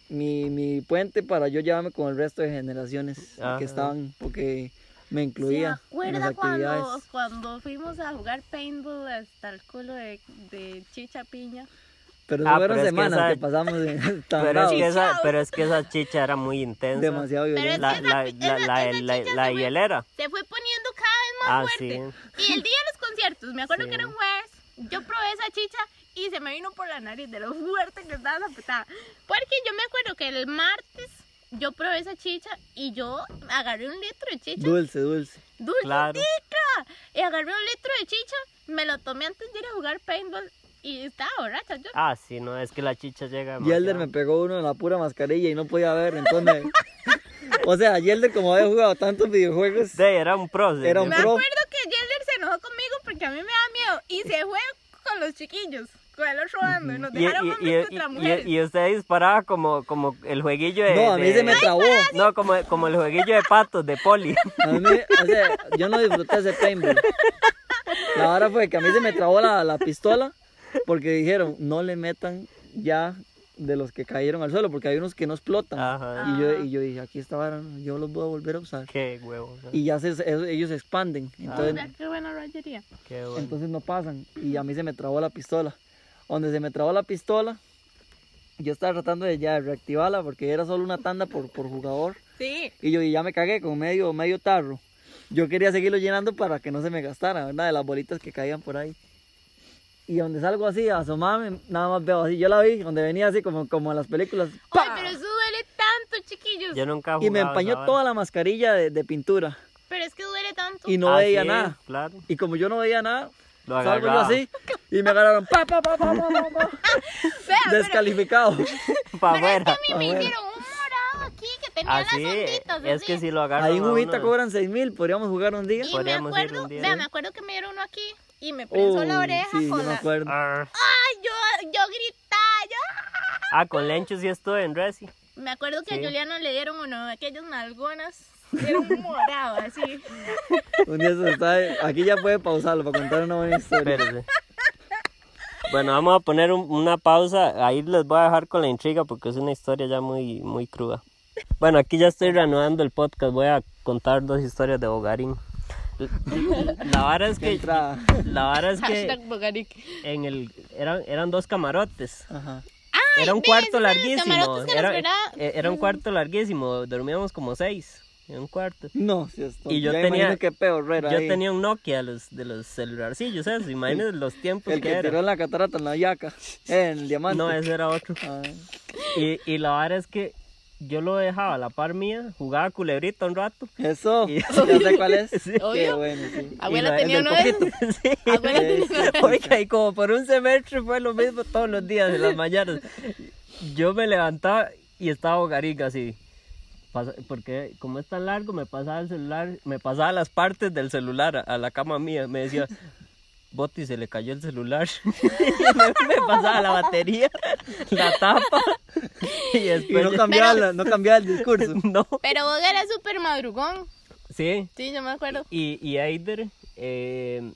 Speaker 3: mi, mi puente para yo llevarme con el resto de generaciones
Speaker 1: Ajá.
Speaker 3: que estaban, porque me
Speaker 6: ¿Se
Speaker 3: incluía en las
Speaker 6: acuerda
Speaker 3: actividades.
Speaker 6: cuando, cuando fuimos a jugar paintball hasta el culo de, de chicha piña?
Speaker 3: Pero
Speaker 1: Ah,
Speaker 3: fueron
Speaker 1: pero es que
Speaker 3: semanas
Speaker 1: esa-
Speaker 3: que, pasamos en tan
Speaker 1: Pero es,
Speaker 3: bravo,
Speaker 1: que esa,
Speaker 6: Chichao.
Speaker 1: pero es que esa chicha era muy intensa.
Speaker 3: demasiado
Speaker 1: La,
Speaker 3: violento.
Speaker 1: la, la,
Speaker 6: esa-
Speaker 1: la-
Speaker 6: esa
Speaker 1: la-
Speaker 6: chicha
Speaker 1: la
Speaker 6: se fue-
Speaker 1: hielera.
Speaker 6: Se fue poniendo cada vez más
Speaker 1: Ah, sí.
Speaker 6: fuerte. Y el día de los conciertos, me acuerdo
Speaker 1: Sí.
Speaker 6: que era un jueves, yo probé esa chicha y se me vino por la nariz de lo fuerte que estaba esa petada.
Speaker 4: Porque yo me acuerdo que el martes yo probé esa chicha y yo agarré un litro de chicha
Speaker 3: Dulce, dulce.
Speaker 4: dulce.
Speaker 1: Claro.
Speaker 4: Y agarré un litro de chicha, me lo tomé antes de ir a jugar paintball y estaba borracha. Yo
Speaker 1: Ah, sí, no, es que la chicha llega.
Speaker 3: Yelder me
Speaker 1: demasiado.
Speaker 3: pegó uno en la pura mascarilla y no podía ver, entonces me- O sea, Yelder como había jugado tantos videojuegos,
Speaker 1: Sí, era un pro. sí,
Speaker 3: era un
Speaker 1: sí.
Speaker 6: Me
Speaker 3: pro.
Speaker 6: acuerdo que Yelder se enojó conmigo porque a mí me da miedo y se fue con los chiquillos, con el otro bando, y nos
Speaker 1: Y,
Speaker 6: dejaron
Speaker 1: y- y-
Speaker 6: hombres contra
Speaker 1: y-
Speaker 6: mujeres.
Speaker 1: y usted disparaba como, como el jueguillo de.
Speaker 3: No, a mí
Speaker 1: de-
Speaker 3: se me trabó.
Speaker 1: No, como, como el jueguillo de patos de poli.
Speaker 3: A mí, o sea, yo no disfruté ese paintball. La hora fue que a mí se me trabó la, la pistola porque dijeron, no le metan ya de los que cayeron al suelo, porque hay unos que no explotan.
Speaker 1: Ajá.
Speaker 3: Y, yo, y yo dije, aquí esta vara, no, yo los voy a volver a usar.
Speaker 1: Qué huevo. ¿no?
Speaker 3: Y ya se, e- ellos se expanden, entonces,
Speaker 6: Qué buena rayería.
Speaker 1: Qué bueno.
Speaker 3: entonces no pasan. Y a mí se me trabó la pistola. Donde se me trabó la pistola, yo estaba tratando de ya reactivarla porque era solo una tanda por, por jugador.
Speaker 6: Sí,
Speaker 3: Y yo y ya me cagué con medio, medio tarro. Yo quería seguirlo llenando para que no se me gastara, ¿verdad? De las bolitas que caían por ahí. Y donde salgo así, asomame, nada más veo así. Yo la vi, donde venía así como, como en las películas. ¡pa!
Speaker 4: Ay, pero eso duele tanto, chiquillos.
Speaker 1: Yo nunca
Speaker 3: Y me
Speaker 1: Ah, jugaba
Speaker 3: empañó
Speaker 1: esa
Speaker 3: toda
Speaker 1: vara.
Speaker 3: la mascarilla de, de pintura.
Speaker 4: Pero es que duele tanto.
Speaker 3: Y no
Speaker 1: Así
Speaker 3: veía
Speaker 1: es,
Speaker 3: nada.
Speaker 1: Ah, Claro.
Speaker 3: Y como yo no veía nada,
Speaker 1: Lo
Speaker 3: salgo yo
Speaker 1: agarraba.
Speaker 3: así. Y me agarraron. ¡Pa, pa, pa, pa, pa, pa, pa! Descalificado.
Speaker 1: Para afuera.
Speaker 4: A Ah, mí me hicieron un morado aquí que tenía
Speaker 1: Así
Speaker 4: las
Speaker 1: es.
Speaker 4: onditas.
Speaker 1: Ah, Es que
Speaker 4: así.
Speaker 1: si lo agarran.
Speaker 3: Ahí en
Speaker 1: a uno-
Speaker 3: Ubita cobran 6 mil. Podríamos jugar un día.
Speaker 4: Y me
Speaker 1: Podríamos ir
Speaker 4: acuerdo,
Speaker 1: un día,
Speaker 4: vea,
Speaker 1: ¿eh?
Speaker 4: me acuerdo que me dieron uno aquí y me prensó la
Speaker 3: Uy,
Speaker 4: oreja
Speaker 3: sí, yo
Speaker 4: con
Speaker 3: me
Speaker 4: la...
Speaker 3: acuerdo.
Speaker 1: Arr.
Speaker 4: Ay, yo, yo gritaba, yo...
Speaker 1: Ah, con Lencho sí estuve en Resi.
Speaker 4: Me acuerdo que
Speaker 1: Sí.
Speaker 4: a Juliano le dieron uno de aquellos nalgonas. Era un morado, así.
Speaker 3: Un día se está. Aquí ya puede pausarlo para contar una buena historia.
Speaker 1: Espérese. Bueno, vamos a poner un- una pausa. Ahí les voy a dejar con la intriga porque es una historia ya muy, muy cruda. Bueno, aquí ya estoy reanudando el podcast. Voy a contar dos historias de Bogarín. La vara es que.
Speaker 3: Entrada.
Speaker 1: La vara es que
Speaker 6: Hashtag Bogaric.
Speaker 1: en el, eran, eran dos camarotes.
Speaker 3: Ajá.
Speaker 1: Era un cuarto larguísimo.
Speaker 4: camarotes que
Speaker 1: Era,
Speaker 4: los verá-
Speaker 1: eh, era un cuarto larguísimo. Dormíamos como seis en un cuarto.
Speaker 3: No, si es tonto.
Speaker 1: Y yo
Speaker 3: ya
Speaker 1: tenía-
Speaker 3: imagino qué peor
Speaker 1: Yo
Speaker 3: era ahí.
Speaker 1: tenía un Nokia de los, de los celularcillos, ¿sabes? Imagínense los tiempos
Speaker 3: el
Speaker 1: que,
Speaker 3: que
Speaker 1: era.
Speaker 3: tiró en la catarata, en la yaca, eh, en el diamante.
Speaker 1: No, ese era otro.
Speaker 3: Ah,
Speaker 1: Y, y la verdad es que yo lo dejaba a la par mía, jugaba culebrita un rato.
Speaker 3: eso,
Speaker 1: Y-
Speaker 3: ya sé cuál es.
Speaker 1: Sí.
Speaker 3: Qué
Speaker 6: Obvio.
Speaker 3: bueno, sí.
Speaker 1: Y
Speaker 6: Abuela
Speaker 1: la-
Speaker 6: tenía
Speaker 1: en el
Speaker 6: uno de esos.
Speaker 1: coquito. Sí.
Speaker 6: Abuela tenía uno de esos.
Speaker 1: Oiga, y como por un semestre fue lo mismo todos los días, en las mañanas. Yo me levantaba y estaba hogarica así. Pasa- Porque como es tan largo, me pasaba el celular, me pasaba las partes del celular a, a la cama mía. Me decía, Boti, se le cayó el celular. Y me, me pasaba la batería, la tapa. Y
Speaker 3: Y
Speaker 1: después...
Speaker 3: no
Speaker 1: ya-
Speaker 3: cambiaba, la- no cambiaba el discurso.
Speaker 1: no.
Speaker 6: Pero vos era súper madrugón.
Speaker 1: Sí,
Speaker 6: Sí, yo me acuerdo.
Speaker 1: y, y Aider, eh,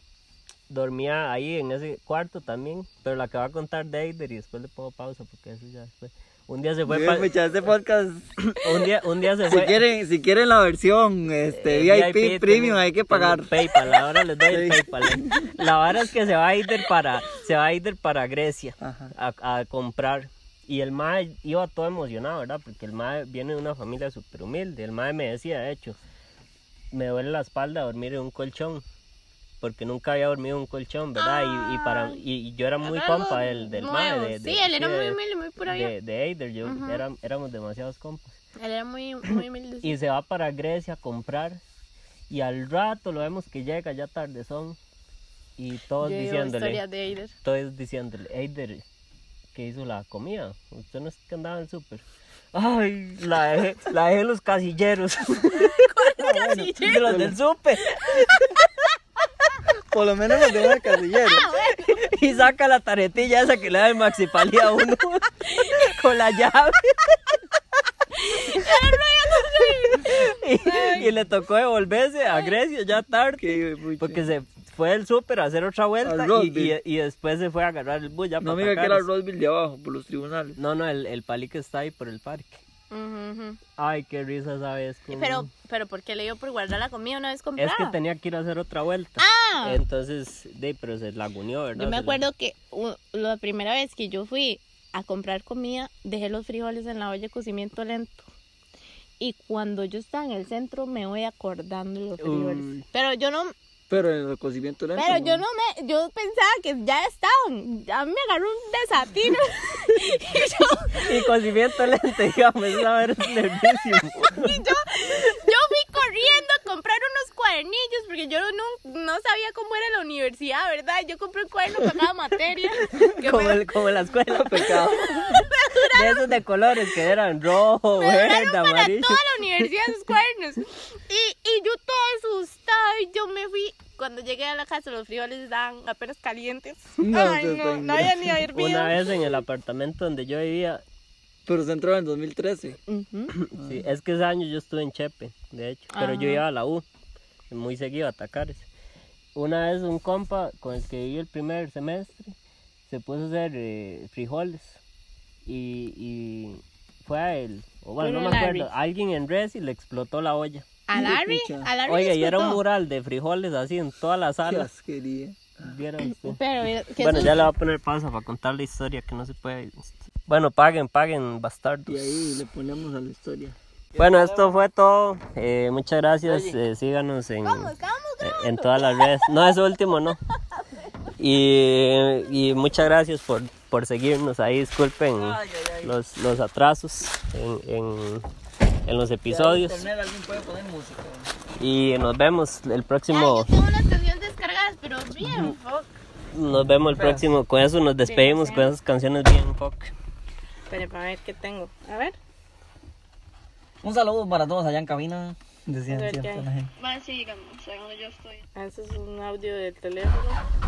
Speaker 1: dormía ahí en ese cuarto también, pero la que va a contar Deider y después le pongo pausa porque eso ya después. Un día se fue
Speaker 2: Bien,
Speaker 1: pa-
Speaker 2: mucha, este podcast.
Speaker 1: un día un día se
Speaker 2: Si
Speaker 1: fue
Speaker 2: quieren, si quieren la versión este,
Speaker 1: eh,
Speaker 2: VIP,
Speaker 1: también.
Speaker 2: premium, hay que pagar.
Speaker 1: Tengo PayPal, ahora les doy el PayPal. ¿eh? La vara es que se va a ir para se va a ir para Grecia
Speaker 2: Ajá.
Speaker 1: a, a comprar y el mae iba todo emocionado, ¿verdad? Porque el mae viene de una familia súper humilde. El mae me decía, de hecho, me duele la espalda dormir en un colchón. Porque nunca había dormido en un colchón, ¿verdad? Y, y para, y, y yo era muy
Speaker 4: Algo
Speaker 1: compa del, del
Speaker 4: nuevo.
Speaker 1: mae. de- de-
Speaker 4: sí, él era
Speaker 1: de-
Speaker 4: muy humilde, muy puro vida.
Speaker 1: de, de Eider, yo, era- éramos demasiados compas.
Speaker 4: Él era muy, muy humilde. sí.
Speaker 1: Y se va para Grecia a comprar. Y al rato lo vemos que llega ya tarde son. Y todos
Speaker 4: Yo digo
Speaker 1: diciéndole,
Speaker 4: historias de Eider.
Speaker 1: todos diciéndole, Eider, ¿qué hizo la comida? Usted no es que andaba en el súper. Ay, la dejé, la dejé en los casilleros. Ah, De los del súper.
Speaker 2: Por lo menos nos dejó el casillero.
Speaker 1: Y saca la tarjetilla esa que le da el maxipalía a uno. Con la llave. y, y le tocó devolverse a Grecia ya tarde.
Speaker 2: Qué pucha.
Speaker 1: Porque se fue del súper a hacer otra vuelta
Speaker 2: Al
Speaker 1: y,
Speaker 2: rugby.
Speaker 1: y- y después se fue a agarrar el bus ya
Speaker 2: No
Speaker 1: para
Speaker 2: me diga que era
Speaker 1: atacarlos.
Speaker 2: Roseville de abajo, por los tribunales.
Speaker 1: No, no, el, el pali que está ahí por el parque.
Speaker 4: Ujú, ujú.
Speaker 1: Ay, qué risa sabes.
Speaker 4: Pero, pero ¿por qué le dio por guardar la comida una vez comprada?
Speaker 1: Es que tenía que ir a hacer otra vuelta.
Speaker 4: Ah.
Speaker 1: Entonces, de, pero se laguneó, ¿verdad?
Speaker 4: Yo me
Speaker 1: Se la-
Speaker 4: acuerdo que u- la primera vez que yo fui a comprar comida, dejé los frijoles en la olla de cocimiento lento. Y cuando yo estaba en el centro me voy acordando de los frijoles.
Speaker 2: Uy.
Speaker 4: Pero yo no,
Speaker 2: Pero en el recocimiento lento.
Speaker 4: pero yo
Speaker 2: ¿no?
Speaker 4: no me, yo pensaba que ya estaban. A mí me agarró un desatino. y yo,
Speaker 1: Y cocimiento lento, digamos, es la verdad, es nervísimo.
Speaker 4: Y yo, yo fui corriendo a comprar unos cuadernillos porque yo no, no sabía cómo era la universidad, ¿verdad? Yo compré un cuaderno para cada materia. Que
Speaker 1: como,
Speaker 4: me-
Speaker 1: el- como en la escuela, pecado. De esos de colores que eran rojo,
Speaker 4: me duraron
Speaker 1: verde,
Speaker 4: para
Speaker 1: amarillo.
Speaker 4: toda la universidad esos cuadernos. Y, y yo toda asustada y yo me fui. Cuando llegué a la casa los frijoles estaban apenas calientes.
Speaker 2: No,
Speaker 4: Ay,
Speaker 2: eso
Speaker 4: no,
Speaker 2: está
Speaker 4: no había ni hervido.
Speaker 1: Una vez en el apartamento donde yo vivía,
Speaker 2: Pero se entró en 2013.
Speaker 4: Ujú.
Speaker 1: Sí,
Speaker 4: Ah.
Speaker 1: es que ese año yo estuve en Chepe, de hecho, pero yo iba a la U, muy seguido a atacares. Una vez un compa con el que viví el primer semestre se puso a hacer eh, frijoles y, y fue a él, o bueno, no
Speaker 4: Fue
Speaker 1: me
Speaker 4: Larry.
Speaker 1: acuerdo, alguien en res y le explotó la olla.
Speaker 4: A Larry, a Larry
Speaker 1: Oye,
Speaker 4: les
Speaker 1: y era un
Speaker 4: contó.
Speaker 1: mural de frijoles así en toda la
Speaker 3: Ah,
Speaker 2: Qué
Speaker 1: sala.
Speaker 2: asquería.
Speaker 1: Viera usted.
Speaker 4: Pero, ¿qué
Speaker 1: Bueno,
Speaker 4: sus-
Speaker 1: ya le voy a poner pausa para contar la historia que no se puede. Bueno, paguen, paguen,
Speaker 2: Y
Speaker 1: bastardos.
Speaker 2: ahí le ponemos a la historia.
Speaker 1: Bueno, esto fue todo. Eh, muchas gracias. Eh, síganos en, eh, en todas las redes. No, es último, no. Y, y muchas gracias por, por seguirnos ahí. Disculpen Los, los atrasos en, en- en los episodios.
Speaker 3: Internet, alguien puede poner música.
Speaker 1: Y nos vemos el
Speaker 4: Ay,
Speaker 1: próximo.
Speaker 4: yo tengo unas canciones descargadas, pero bien, fuck.
Speaker 1: Nos vemos el próximo. Con eso nos despedimos con esas canciones bien fuck.
Speaker 4: Espere, para ver qué tengo. A ver.
Speaker 3: Un saludo para todos allá en cabina.
Speaker 2: Decían
Speaker 4: ver qué
Speaker 2: siempre
Speaker 4: hay.
Speaker 2: la gente.
Speaker 4: Ah, Ese es un audio del teléfono.